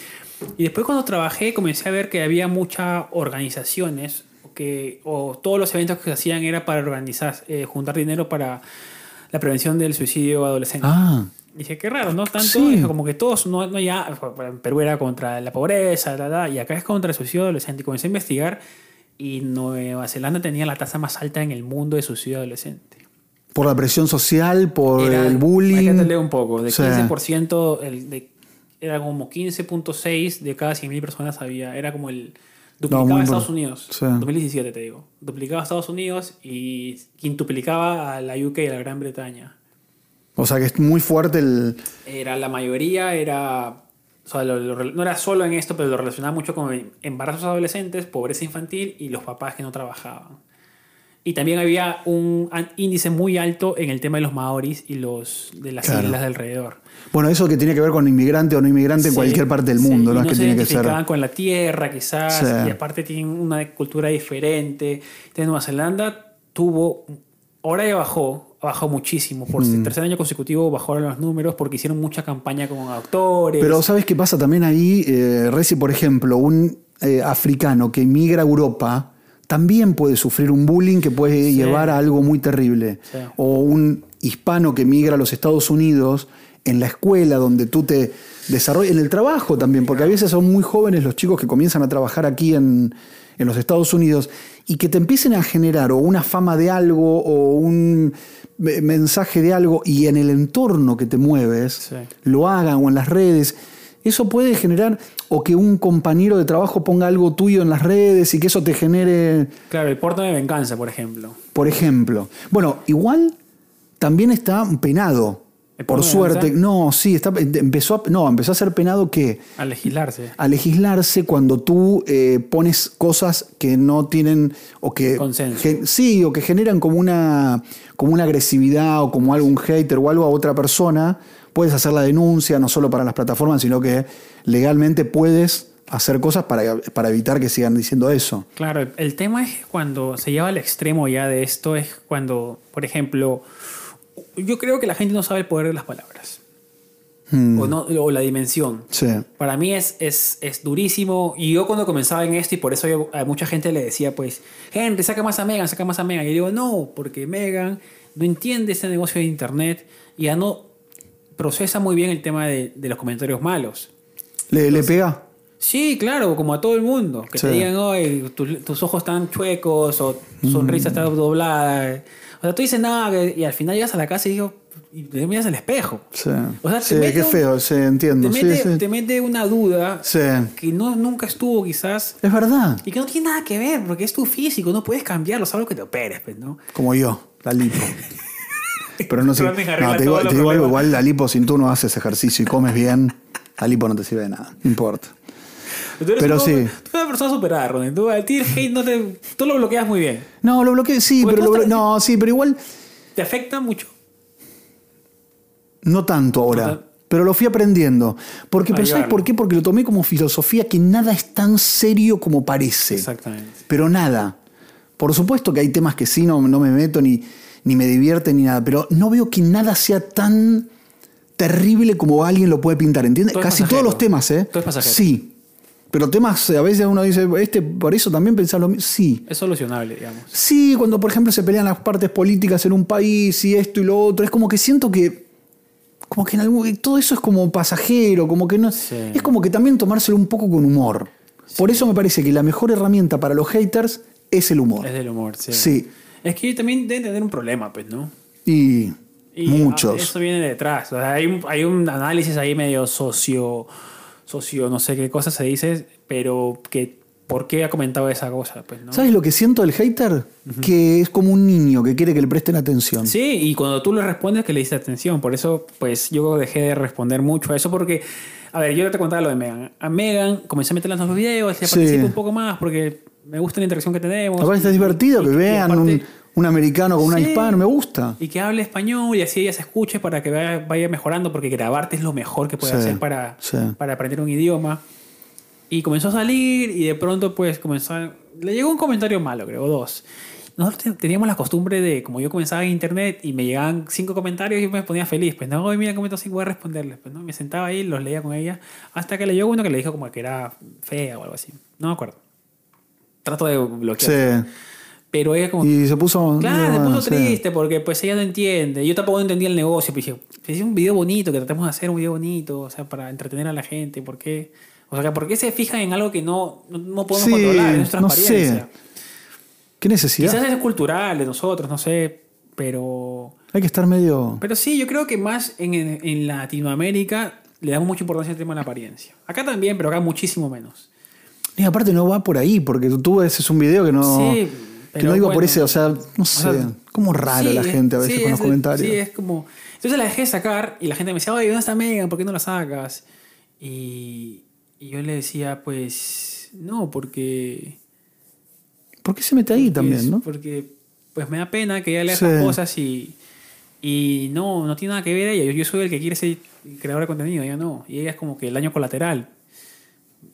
Speaker 1: y después cuando trabajé comencé a ver que había muchas organizaciones que, o todos los eventos que se hacían era para organizar, eh, juntar dinero para la prevención del suicidio adolescente.
Speaker 2: Ah,
Speaker 1: Dije, qué raro, ¿no? Tanto,
Speaker 2: Sí.
Speaker 1: eso, como que todos, no, no ya, en Perú era contra la pobreza, la, la, y acá es contra el suicidio adolescente. Y comencé a investigar y Nueva Zelanda tenía la tasa más alta en el mundo de suicidio adolescente.
Speaker 2: por la presión social, por
Speaker 1: Era-
Speaker 2: el
Speaker 1: Hay que
Speaker 2: bullying.
Speaker 1: un poco, de
Speaker 2: Sí.
Speaker 1: 15%, el de- era como 15.6 de cada 100.000 personas había, era como el... Duplicaba
Speaker 2: muy
Speaker 1: a Estados
Speaker 2: bueno.
Speaker 1: Unidos,
Speaker 2: Sí.
Speaker 1: 2017 te digo. Duplicaba a Estados Unidos y quintuplicaba a la UK y a la Gran Bretaña.
Speaker 2: O sea que es muy fuerte el.
Speaker 1: era la mayoría, era. o sea, lo- lo- no era solo en esto, pero lo relacionaba mucho con embarazos adolescentes, pobreza infantil y los papás que no trabajaban. Y también había un an- índice muy alto en el tema de los maoris y los de las
Speaker 2: Claro.
Speaker 1: islas de alrededor.
Speaker 2: Bueno, eso que tiene que ver con inmigrante o no inmigrante en
Speaker 1: Sí,
Speaker 2: cualquier parte del
Speaker 1: sí,
Speaker 2: mundo,
Speaker 1: y
Speaker 2: no es que
Speaker 1: se
Speaker 2: tiene que ser.
Speaker 1: identificaban con la tierra, quizás,
Speaker 2: Sí.
Speaker 1: y aparte tienen una cultura diferente. Entonces, Nueva Zelanda tuvo. Ahora ya bajó, bajó muchísimo. Por
Speaker 2: Mm.
Speaker 1: tercer año consecutivo bajaron los números porque hicieron mucha campaña con actores.
Speaker 2: Pero ¿sabes qué pasa también ahí? Eh, Reci, por ejemplo, un eh, africano que emigra a Europa también puede sufrir un bullying que puede llevar a algo muy terrible.
Speaker 1: Sí.
Speaker 2: O un hispano que migra a los Estados Unidos en la escuela donde tú te desarrollas, en el trabajo también, porque a veces son muy jóvenes los chicos que comienzan a trabajar aquí en, en los Estados Unidos y que te empiecen a generar o una fama de algo o un me- mensaje de algo y en el entorno que te mueves
Speaker 1: Sí.
Speaker 2: lo hagan o en las redes. Eso puede generar o que un compañero de trabajo ponga algo tuyo en las redes y que eso te genere
Speaker 1: Claro, el porno de venganza, por ejemplo.
Speaker 2: por ejemplo. Bueno, igual también está penado.
Speaker 1: ¿El
Speaker 2: Por
Speaker 1: porno de
Speaker 2: suerte.
Speaker 1: danza?
Speaker 2: No, sí, está, em, empezó, a, no, empezó a ser penado que
Speaker 1: A legislarse.
Speaker 2: a legislarse cuando tú eh, pones cosas que no tienen o que
Speaker 1: Consenso.
Speaker 2: gen- sí o que generan como una como una agresividad o como algún hater o algo a otra persona puedes hacer la denuncia no solo para las plataformas sino que legalmente puedes hacer cosas para, para evitar que sigan diciendo eso
Speaker 1: Claro, el- el tema es que cuando se lleva al extremo ya de esto, es cuando, por ejemplo, yo creo que la gente no sabe el poder de las palabras
Speaker 2: Hmm,
Speaker 1: o, no, o la dimensión.
Speaker 2: sí
Speaker 1: Para mí es, es, es durísimo. Y yo cuando comenzaba en esto, y por eso yo- a mucha gente le decía, pues, gente, saca más a Megan, saca más a Megan. Y yo digo, no, porque Megan no entiende este negocio de Internet y ya no procesa muy bien el tema de, de los comentarios malos.
Speaker 2: le, le pega
Speaker 1: Sí, claro, como a todo el mundo. Que te
Speaker 2: Sí.
Speaker 1: digan, oye, tu- tus ojos están chuecos o
Speaker 2: Mm.
Speaker 1: tu sonrisa está doblada. O sea, tú dices nada que- y al final llegas a la casa y digo, y te miras al espejo.
Speaker 2: sí,
Speaker 1: O sea, te
Speaker 2: Sí,
Speaker 1: mete
Speaker 2: qué
Speaker 1: un-
Speaker 2: feo sí,
Speaker 1: Te,
Speaker 2: entiendo sí,
Speaker 1: mete,
Speaker 2: sí.
Speaker 1: te mete una duda
Speaker 2: Sí.
Speaker 1: que no, nunca estuvo quizás
Speaker 2: es verdad
Speaker 1: y que no tiene nada que ver porque es tu físico, no puedes cambiarlo, salvo que te operes, pues, ¿no?
Speaker 2: Como yo, la lipo. Pero no sé.
Speaker 1: Pero me arregla
Speaker 2: No,
Speaker 1: todos
Speaker 2: te digo,
Speaker 1: los
Speaker 2: te digo algo,
Speaker 1: problemas.
Speaker 2: igual la lipo, si tú no haces ejercicio y comes bien, la lipo no te sirve de nada. No importa.
Speaker 1: Tú eres
Speaker 2: Pero
Speaker 1: un- Tú
Speaker 2: sí.
Speaker 1: eres una persona superada, Ronnie. Tú, a ti el hate no te, tú lo bloqueas muy bien.
Speaker 2: No, lo bloqueé, sí,
Speaker 1: Porque
Speaker 2: pero
Speaker 1: tú
Speaker 2: lo blo-
Speaker 1: estás-
Speaker 2: No, sí, pero igual
Speaker 1: ¿Te afecta mucho?
Speaker 2: no tanto ahora.
Speaker 1: Total.
Speaker 2: Pero lo fui aprendiendo. Porque,
Speaker 1: Ahí
Speaker 2: pero ¿sabes
Speaker 1: va.
Speaker 2: por qué? Porque lo tomé como filosofía que nada es tan serio como parece.
Speaker 1: Exactamente.
Speaker 2: Pero nada. Por supuesto que hay temas que sí, no, no me meto ni, ni me divierten ni nada, pero no veo que nada sea tan terrible como alguien lo puede pintar, ¿entiendes?
Speaker 1: Todo es
Speaker 2: Casi
Speaker 1: pasajero.
Speaker 2: todos los temas, ¿eh?
Speaker 1: Todo es pasajero.
Speaker 2: Sí. Pero temas, eh, a veces uno dice, este, por eso también pensás lo mismo. Sí.
Speaker 1: Es solucionable, digamos.
Speaker 2: Sí, cuando por ejemplo se pelean las partes políticas en un país y esto y lo otro, es como que siento que. Como que en algún- todo eso es como pasajero, como que no.
Speaker 1: Sí.
Speaker 2: Es como que también tomárselo un poco con humor. Por eso me parece que la mejor herramienta para los haters es el humor.
Speaker 1: Es del humor, Eh, sí.
Speaker 2: Sí.
Speaker 1: Es que también deben tener un problema, pues, ¿no?
Speaker 2: Y,
Speaker 1: Y, ah,
Speaker 2: muchos.
Speaker 1: Eso viene detrás. O sea, hay, un, hay un análisis ahí medio socio, socio, no sé qué cosa se dice, pero que ¿por qué ha comentado esa cosa? Pues, ¿no?
Speaker 2: ¿Sabes lo que siento del hater? Que es como un niño que quiere que le presten atención.
Speaker 1: Sí, y cuando tú le respondes que le diste atención. Por eso, pues yo dejé de responder mucho a eso porque, a ver, yo te contaba lo de Megan. A Megan comencé a meterla en los videos, le
Speaker 2: Sí.
Speaker 1: participo un poco más porque me gusta la interacción que tenemos.
Speaker 2: Aparte está
Speaker 1: Y-
Speaker 2: divertido
Speaker 1: y-
Speaker 2: que
Speaker 1: y
Speaker 2: vean
Speaker 1: aparte-
Speaker 2: un, un americano con una
Speaker 1: Sí.
Speaker 2: hispana, me gusta.
Speaker 1: Y que hable español y así ella se escuche para que vaya, vaya mejorando, porque grabarte es lo mejor que puedes
Speaker 2: Sí,
Speaker 1: hacer para,
Speaker 2: sí.
Speaker 1: para aprender un idioma. Y comenzó a salir y de pronto pues comenzó... a- Le llegó un comentario malo, creo, dos. Nosotros te- teníamos la costumbre de, como yo comenzaba en internet y me llegaban cinco comentarios y yo me ponía feliz, pues no, hoy mira, comentó cinco, voy a responderles, pues no, me sentaba ahí, los leía con ella, hasta que le llegó uno que le dijo como que era fea o algo así, no me acuerdo. Trato de
Speaker 2: Sí.
Speaker 1: bloquear. Pero ella como...
Speaker 2: Y se puso.
Speaker 1: Claro, se
Speaker 2: bueno,
Speaker 1: puso
Speaker 2: sí.
Speaker 1: triste porque pues ella no entiende. Yo tampoco entendía el negocio, pero dije, si es un video bonito, que tratemos de hacer un video bonito, o sea, para entretener a la gente, ¿por qué? O sea, que ¿por qué se fijan en algo que no, no- no podemos
Speaker 2: Sí,
Speaker 1: controlar? Es nuestra
Speaker 2: no
Speaker 1: apariencia.
Speaker 2: sé. ¿Qué necesidad?
Speaker 1: Quizás es cultural de nosotros, no sé, pero...
Speaker 2: Hay que estar medio.
Speaker 1: Pero sí, yo creo que más en, en- en Latinoamérica le damos mucha importancia al tema de la apariencia. Acá también, pero acá muchísimo menos.
Speaker 2: Y aparte no va por ahí, porque tú ves es un video que no.
Speaker 1: Sí,
Speaker 2: que
Speaker 1: pero
Speaker 2: no iba por
Speaker 1: bueno.
Speaker 2: ese, o sea, no sé.
Speaker 1: sea,
Speaker 2: como raro
Speaker 1: Sí,
Speaker 2: la
Speaker 1: es-
Speaker 2: gente a veces
Speaker 1: sí,
Speaker 2: con los
Speaker 1: es-
Speaker 2: comentarios.
Speaker 1: Sí, es como. Entonces la dejé sacar y la gente me decía, oye, ¿dónde está Megan? ¿Por qué no la sacas? Y, y yo le decía, pues, no, porque.
Speaker 2: ¿Por qué se mete ahí también,
Speaker 1: pues,
Speaker 2: no?
Speaker 1: Porque pues me da pena que ella lea
Speaker 2: Sí.
Speaker 1: esas cosas y. Y no, no tiene nada que ver ella. Yo, yo soy el que quiere ser creador de contenido, ella no. Y ella es como que el daño colateral.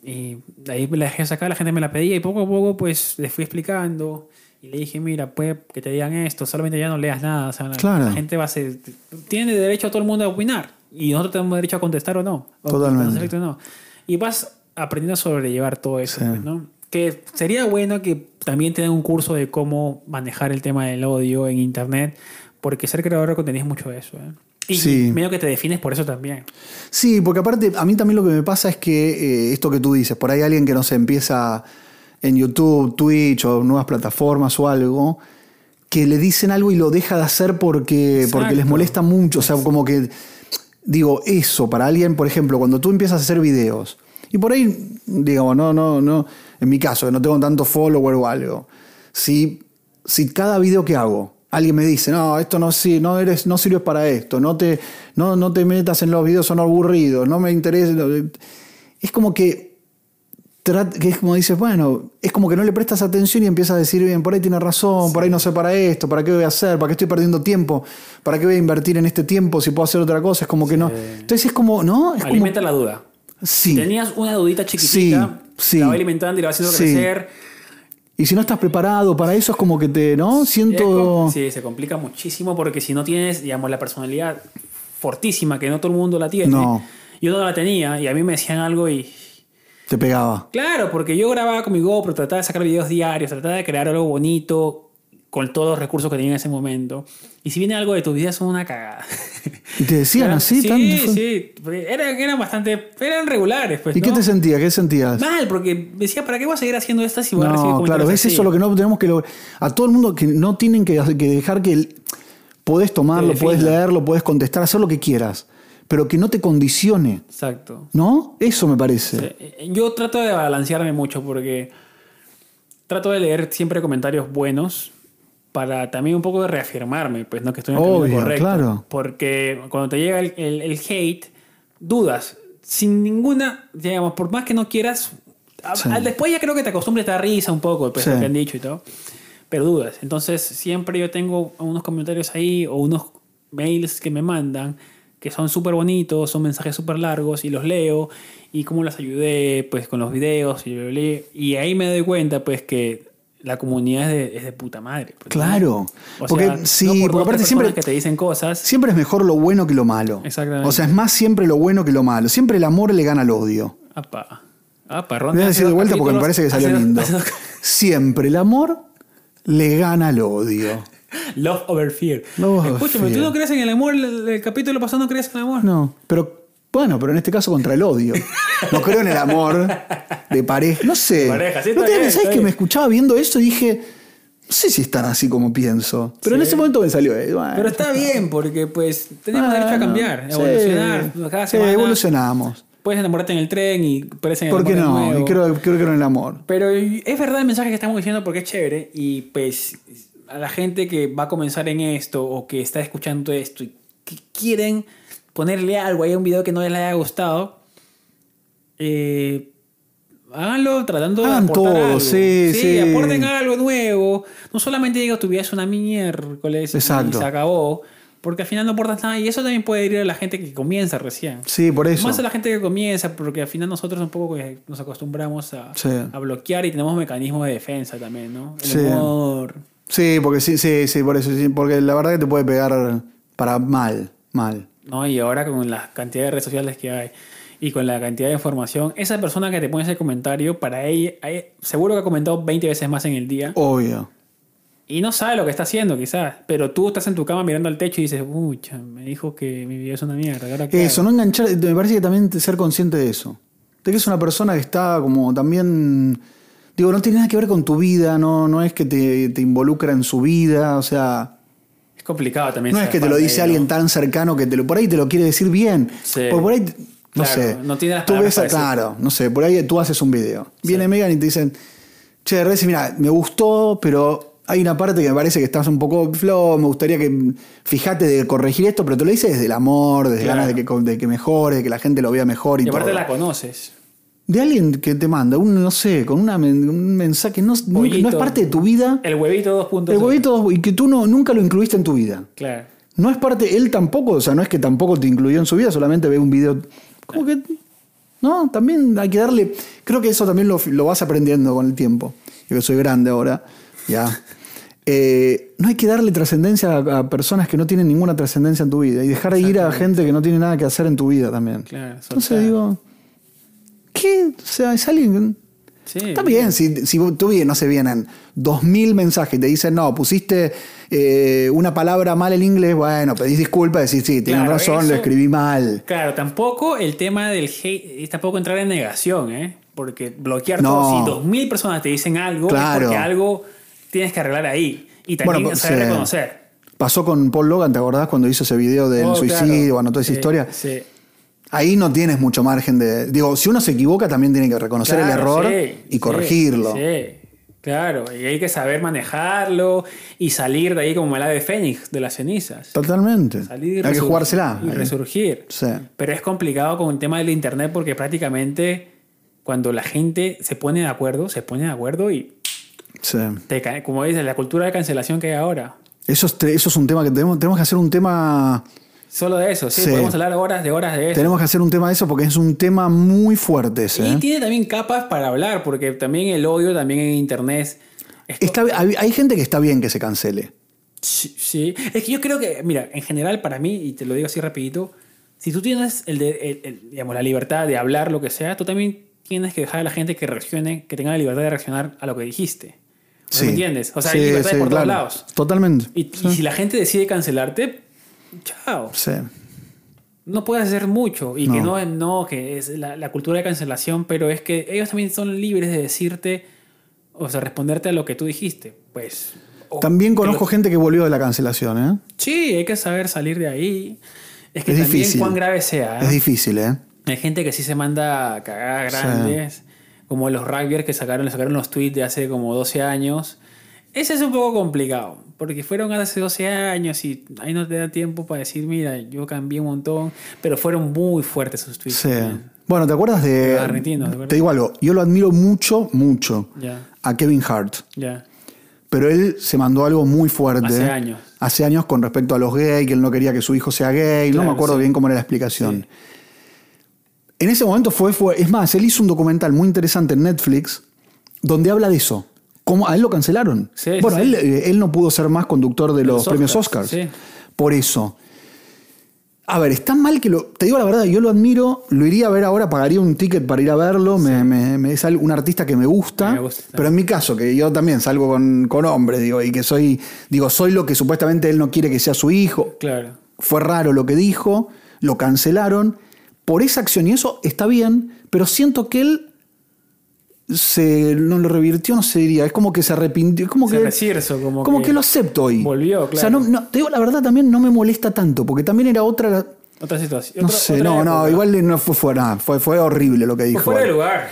Speaker 1: Y de ahí la dejé sacar, la gente me la pedía y poco a poco pues le fui explicando y le dije, mira, puede que te digan esto, solamente ya no leas nada. O sea, la-
Speaker 2: Claro.
Speaker 1: la gente va a ser... Tiene derecho a todo el mundo a opinar y nosotros tenemos derecho a contestar o no. O
Speaker 2: Totalmente.
Speaker 1: contestar o no. Y vas aprendiendo a sobrellevar todo eso,
Speaker 2: Sí.
Speaker 1: pues, ¿no? que sería bueno que también te den un curso de cómo manejar el tema del odio en internet, porque ser creador de contenido es mucho de eso. ¿eh? Y
Speaker 2: Sí.
Speaker 1: medio que te defines por eso también.
Speaker 2: Sí, porque aparte, a mí también lo que me pasa es que eh, esto que tú dices, por ahí alguien que no se empieza en YouTube, Twitch o nuevas plataformas o algo, que le dicen algo y lo deja de hacer porque,
Speaker 1: Exacto.
Speaker 2: porque les molesta mucho. O sea, como que, digo, eso para alguien, por ejemplo, cuando tú empiezas a hacer videos, y por ahí, digamos, no, no, no, en mi caso, que no tengo tanto follower o algo, si, si cada video que hago, alguien me dice, no, esto no, sir- no, eres, no sirves para esto, no te, no, no te metas en los videos, son aburridos, no me interesa, es como que trat- que es como dices, bueno, es como que no le prestas atención y empiezas a decir, bien, por ahí tiene razón, por ahí no sé para esto, para qué voy a hacer, para qué estoy perdiendo tiempo, para qué voy a invertir en este tiempo si puedo hacer otra cosa, es como que no. Entonces es como, ¿no? Es como-
Speaker 1: Alimenta la duda.
Speaker 2: sí.
Speaker 1: Tenías una dudita chiquitita,
Speaker 2: sí.
Speaker 1: la va alimentando y la vas haciendo
Speaker 2: Sí.
Speaker 1: crecer.
Speaker 2: Y si no estás preparado para eso, es como que te, ¿no?
Speaker 1: Y es
Speaker 2: Siento...
Speaker 1: com- Sí, se complica muchísimo porque si no tienes, digamos, la personalidad fortísima que no todo el mundo la tiene.
Speaker 2: No.
Speaker 1: Yo no la tenía y a mí me decían algo y...
Speaker 2: Te pegaba.
Speaker 1: Claro, porque yo grababa con mi GoPro, trataba de sacar videos diarios, trataba de crear algo bonito con todos los recursos que tenía en ese momento. Y si viene algo de tus videos, son una cagada.
Speaker 2: Y te decían
Speaker 1: Eran-
Speaker 2: así,
Speaker 1: sí,
Speaker 2: tan-
Speaker 1: sí. Eran, eran bastante... Eran regulares, pues,
Speaker 2: ¿Y qué
Speaker 1: ¿no?
Speaker 2: te sentías? ¿Qué sentías?
Speaker 1: Mal, porque decía, ¿para qué voy a seguir haciendo estas si voy a recibir
Speaker 2: No, claro,
Speaker 1: comentarios
Speaker 2: ves
Speaker 1: así?
Speaker 2: eso lo que no tenemos que lograr. A todo el mundo que no tienen que, que dejar que el- podés tomarlo,
Speaker 1: Que
Speaker 2: podés
Speaker 1: defina.
Speaker 2: leerlo, podés contestar, hacer lo que quieras, pero que no te condicione,
Speaker 1: Exacto.
Speaker 2: ¿no? Eso me parece.
Speaker 1: Eh, Yo trato de balancearme mucho porque trato de leer siempre comentarios buenos para también un poco de reafirmarme, pues no que estoy en el camino
Speaker 2: Obvio,
Speaker 1: correcto.
Speaker 2: claro.
Speaker 1: Porque cuando te llega el, el- el hate, dudas. Sin ninguna, digamos, por más que no quieras, a-
Speaker 2: Sí.
Speaker 1: a- después ya creo que te acostumbres a dar risa un poco, pues
Speaker 2: Sí.
Speaker 1: lo que han dicho y todo. Pero dudas. Entonces siempre yo tengo unos comentarios ahí o unos mails que me mandan que son súper bonitos, son mensajes súper largos y los leo y cómo las ayudé pues con los videos y, bla, bla, bla. y ahí me doy cuenta pues que la comunidad es de, es de puta madre. pues, ¿no?
Speaker 2: Claro.
Speaker 1: O
Speaker 2: porque
Speaker 1: sea,
Speaker 2: sí,
Speaker 1: no por
Speaker 2: porque
Speaker 1: dos,
Speaker 2: aparte
Speaker 1: tres
Speaker 2: siempre,
Speaker 1: personas que te dicen cosas.
Speaker 2: siempre es mejor lo bueno que lo malo.
Speaker 1: Exactamente.
Speaker 2: O sea, es más siempre lo bueno que lo malo. Siempre el amor le gana al odio.
Speaker 1: Apa. Apa, Ron.
Speaker 2: Voy a
Speaker 1: hace
Speaker 2: decir de
Speaker 1: dos
Speaker 2: vuelta porque me
Speaker 1: capítulos,
Speaker 2: parece que salió
Speaker 1: hace dos-
Speaker 2: lindo.
Speaker 1: hace dos-
Speaker 2: Siempre el amor le gana al odio.
Speaker 1: Love over fear.
Speaker 2: Love over
Speaker 1: Escúchame,
Speaker 2: fear.
Speaker 1: ¿tú no crees en el amor? El, el capítulo pasado no crees en el amor.
Speaker 2: No, pero bueno, pero en este caso contra el odio. No creo en el amor de pareja. No sé.
Speaker 1: De pareja, sí,
Speaker 2: no
Speaker 1: está
Speaker 2: te
Speaker 1: bien,
Speaker 2: ¿sabes
Speaker 1: está
Speaker 2: que
Speaker 1: bien.
Speaker 2: me escuchaba viendo esto y dije, no sé si están así como pienso. Pero en ese momento me salió. eh, bueno,
Speaker 1: Pero está bien, porque pues tenemos
Speaker 2: bueno,
Speaker 1: derecho a cambiar,
Speaker 2: sí,
Speaker 1: evolucionar. pues, Cada
Speaker 2: sí,
Speaker 1: semana
Speaker 2: evolucionamos.
Speaker 1: puedes enamorarte en el tren y puedes
Speaker 2: ¿Por
Speaker 1: enamorarte
Speaker 2: qué no?
Speaker 1: nuevo.
Speaker 2: Y creo, creo que era el amor.
Speaker 1: Pero es verdad el mensaje que estamos diciendo porque es chévere y pues a la gente que va a comenzar en esto o que está escuchando esto y que quieren ponerle algo, hay un video que no les haya gustado, eh, háganlo tratando de
Speaker 2: Hagan
Speaker 1: aportar
Speaker 2: todo,
Speaker 1: algo.
Speaker 2: sí, sí.
Speaker 1: aporten algo nuevo. No solamente digas tu vida es una miércoles
Speaker 2: Exacto.
Speaker 1: y se acabó, porque al final no aportas nada y eso también puede herir a la gente que comienza recién.
Speaker 2: Sí, por eso.
Speaker 1: Más a la gente que comienza, porque al final nosotros un poco que nos acostumbramos a,
Speaker 2: Sí.
Speaker 1: a bloquear y tenemos mecanismos de defensa también, ¿no? El
Speaker 2: Sí.
Speaker 1: humor.
Speaker 2: Sí, porque sí, sí, sí, por eso. sí, porque la verdad que te puede pegar para mal, mal.
Speaker 1: ¿no? Y ahora con la cantidad de redes sociales que hay y con la cantidad de información, esa persona que te pone ese comentario, para ella, ella- seguro que ha comentado 20 veces más en el día
Speaker 2: Obvio.
Speaker 1: y no sabe lo que está haciendo, quizás. Pero tú estás en tu cama mirando al techo y dices, pucha, me dijo que mi vida es una mierda. ¿ahora qué
Speaker 2: Eso,
Speaker 1: hago?".
Speaker 2: no enganchar, me parece que también ser consciente de eso. De que es una persona que está como también, digo, no tiene nada que ver con tu vida, no, no es que te, te involucra en su vida, o sea,
Speaker 1: Es complicado también.
Speaker 2: no es
Speaker 1: esa
Speaker 2: que te lo
Speaker 1: parte
Speaker 2: dice
Speaker 1: ahí,
Speaker 2: alguien
Speaker 1: ¿no?
Speaker 2: tan cercano que te lo, por ahí te lo quiere decir bien,
Speaker 1: Sí.
Speaker 2: por, por ahí, te- no
Speaker 1: Claro,
Speaker 2: sé,
Speaker 1: no tiene las
Speaker 2: tú
Speaker 1: palabras
Speaker 2: ves, a-
Speaker 1: para decir.
Speaker 2: claro, no sé, por ahí tú haces un video, viene Megan y te dicen, che, Reci, mira, me gustó, pero hay una parte que me parece que estás un poco flojo, me gustaría que fijate de corregir esto, pero te lo dice desde el amor, desde
Speaker 1: Claro.
Speaker 2: ganas de que, con- de que mejore, de que la gente lo vea mejor y,
Speaker 1: Y aparte
Speaker 2: todo.
Speaker 1: la conoces.
Speaker 2: De alguien que te manda, un, no sé, con una men- un mensaje, no, no-
Speaker 1: Pollito.
Speaker 2: no es parte de tu vida,
Speaker 1: El huevito 2.0.
Speaker 2: el huevito, y que tú no, nunca lo incluiste en tu vida.
Speaker 1: Claro.
Speaker 2: No es parte, él tampoco, o sea, no es que tampoco te incluyó en su vida, solamente ve un video. Como que. No, también hay que darle. Creo que eso también lo, lo vas aprendiendo con el tiempo. Yo que soy grande ahora, ya. Eh, no hay que darle trascendencia a, a personas que no tienen ninguna trascendencia en tu vida y dejar de ir a gente que no tiene nada que hacer en tu vida también.
Speaker 1: Claro,
Speaker 2: Entonces
Speaker 1: soltar.
Speaker 2: digo. ¿Qué? O sea, es alguien. que-
Speaker 1: Sí.
Speaker 2: Está bien, si, si tú bien, no se vienen 2.000 mensajes y te dicen, no, pusiste eh, una palabra mal en inglés, bueno, pedís disculpas, decís, sí, tienes
Speaker 1: Claro,
Speaker 2: razón,
Speaker 1: eso-
Speaker 2: lo escribí mal.
Speaker 1: Claro, tampoco el tema del hate, y tampoco entrar en negación, ¿eh? Porque bloquear
Speaker 2: No.
Speaker 1: todo, si dos mil personas te dicen algo, es
Speaker 2: Claro.
Speaker 1: porque algo tienes que arreglar ahí. Y también
Speaker 2: Bueno, pues,
Speaker 1: saber
Speaker 2: sí.
Speaker 1: reconocer.
Speaker 2: Pasó con Paul Logan, ¿te acordás cuando hizo ese video del
Speaker 1: Oh, claro.
Speaker 2: suicidio, anotó esa
Speaker 1: Sí,
Speaker 2: historia?
Speaker 1: Sí.
Speaker 2: Ahí no tienes mucho margen de... Digo, si uno se equivoca también tiene que reconocer el
Speaker 1: Claro,
Speaker 2: error
Speaker 1: sí,
Speaker 2: y
Speaker 1: sí,
Speaker 2: corregirlo.
Speaker 1: sí. Claro, y hay que saber manejarlo y salir de ahí como el ave fénix de las cenizas.
Speaker 2: Totalmente.
Speaker 1: Salir y
Speaker 2: Hay que
Speaker 1: resur-
Speaker 2: jugársela.
Speaker 1: Y
Speaker 2: Ahí.
Speaker 1: resurgir.
Speaker 2: Sí.
Speaker 1: Pero es complicado con el tema del internet porque prácticamente cuando la gente se pone de acuerdo, se pone de acuerdo y
Speaker 2: Sí.
Speaker 1: te cae, como dices, la cultura de cancelación que hay ahora.
Speaker 2: Eso es, eso es un tema que tenemos, tenemos que hacer un tema...
Speaker 1: Solo de eso, sí,
Speaker 2: Sí.
Speaker 1: podemos hablar horas de horas de eso.
Speaker 2: Tenemos que hacer un tema de eso porque es un tema muy fuerte ese.
Speaker 1: Y
Speaker 2: ¿eh?
Speaker 1: tiene también capas para hablar, porque también el odio también en internet. es
Speaker 2: Está- hay, hay gente que está bien que se cancele.
Speaker 1: Sí, sí. es que yo creo que, mira, en general para mí, y te lo digo así rapidito, si tú tienes el de, el- el- digamos, la libertad de hablar lo que sea, tú también tienes que dejar a la gente que reaccione, que tenga la libertad de reaccionar a lo que dijiste. O sea,
Speaker 2: Sí.
Speaker 1: ¿Me entiendes? O sea,
Speaker 2: Sí,
Speaker 1: hay libertad
Speaker 2: sí,
Speaker 1: por
Speaker 2: claro.
Speaker 1: todos lados.
Speaker 2: Totalmente.
Speaker 1: Y, y si la gente decide cancelarte, chao.
Speaker 2: Sí.
Speaker 1: No puedes hacer mucho y que
Speaker 2: No.
Speaker 1: no, no, que es la, la cultura de cancelación, pero es que ellos también son libres de decirte, o sea, responderte a lo que tú dijiste. Pues. o-
Speaker 2: También
Speaker 1: que lo-
Speaker 2: conozco gente que volvió de la cancelación, ¿eh?
Speaker 1: Sí, hay que saber salir de ahí. Es que
Speaker 2: Es
Speaker 1: también
Speaker 2: difícil.
Speaker 1: cuán grave sea. ¿eh?
Speaker 2: Es difícil, ¿eh?
Speaker 1: Hay gente que sí se manda a cagar grandes, como los rugbyers que sacaron, le sacaron los tweets de hace como 12 años. Ese es un poco complicado, porque fueron hace 12 años y ahí no te da tiempo para decir, mira, yo cambié un montón, pero fueron muy fuertes sus tweets.
Speaker 2: Sí.
Speaker 1: también.
Speaker 2: Bueno, ¿te acuerdas de...
Speaker 1: Los argentinos, ¿te acuerdas?
Speaker 2: Te digo algo, yo lo admiro mucho, mucho
Speaker 1: Ya,
Speaker 2: a Kevin Hart,
Speaker 1: ya.
Speaker 2: pero él se mandó algo muy fuerte.
Speaker 1: Hace años.
Speaker 2: Hace años con respecto a los gays, que él no quería que su hijo sea gay, no
Speaker 1: Claro,
Speaker 2: me acuerdo
Speaker 1: sí.
Speaker 2: bien cómo era la explicación. En ese momento fue, fue, es más, él hizo un documental muy interesante en Netflix donde habla de eso. Cómo, a él lo cancelaron.
Speaker 1: Sí,
Speaker 2: bueno,
Speaker 1: sí.
Speaker 2: Él, eh, él no pudo ser más conductor de los,
Speaker 1: los
Speaker 2: premios Oscars.
Speaker 1: Oscars, sí.
Speaker 2: Por eso. A ver, está mal que lo. Te digo la verdad, yo lo admiro, lo iría a ver ahora, pagaría un ticket para ir a verlo. me- me- me- es al- un artista que me gusta.
Speaker 1: Me gusta.
Speaker 2: Pero en mi caso, que yo también salgo con, con hombres, digo, y que soy. Digo, soy lo que supuestamente él no quiere que sea su hijo.
Speaker 1: Claro.
Speaker 2: Fue raro lo que dijo, lo cancelaron. Por esa acción, y eso está bien, pero siento que él se no lo revirtió, no se diría. Es como que se arrepintió. Es como
Speaker 1: Se
Speaker 2: que.
Speaker 1: resierzo, como,
Speaker 2: Como que lo acepto hoy.
Speaker 1: Volvió,
Speaker 2: O sea, no,
Speaker 1: claro.
Speaker 2: no, te digo, la verdad también no me molesta tanto, porque también era otra.
Speaker 1: Otra situación.
Speaker 2: No
Speaker 1: otra-
Speaker 2: sé,
Speaker 1: otra
Speaker 2: no, no,
Speaker 1: época.
Speaker 2: igual no fue fuera, fue, fue horrible lo que dijo.
Speaker 1: Fuera de lugar.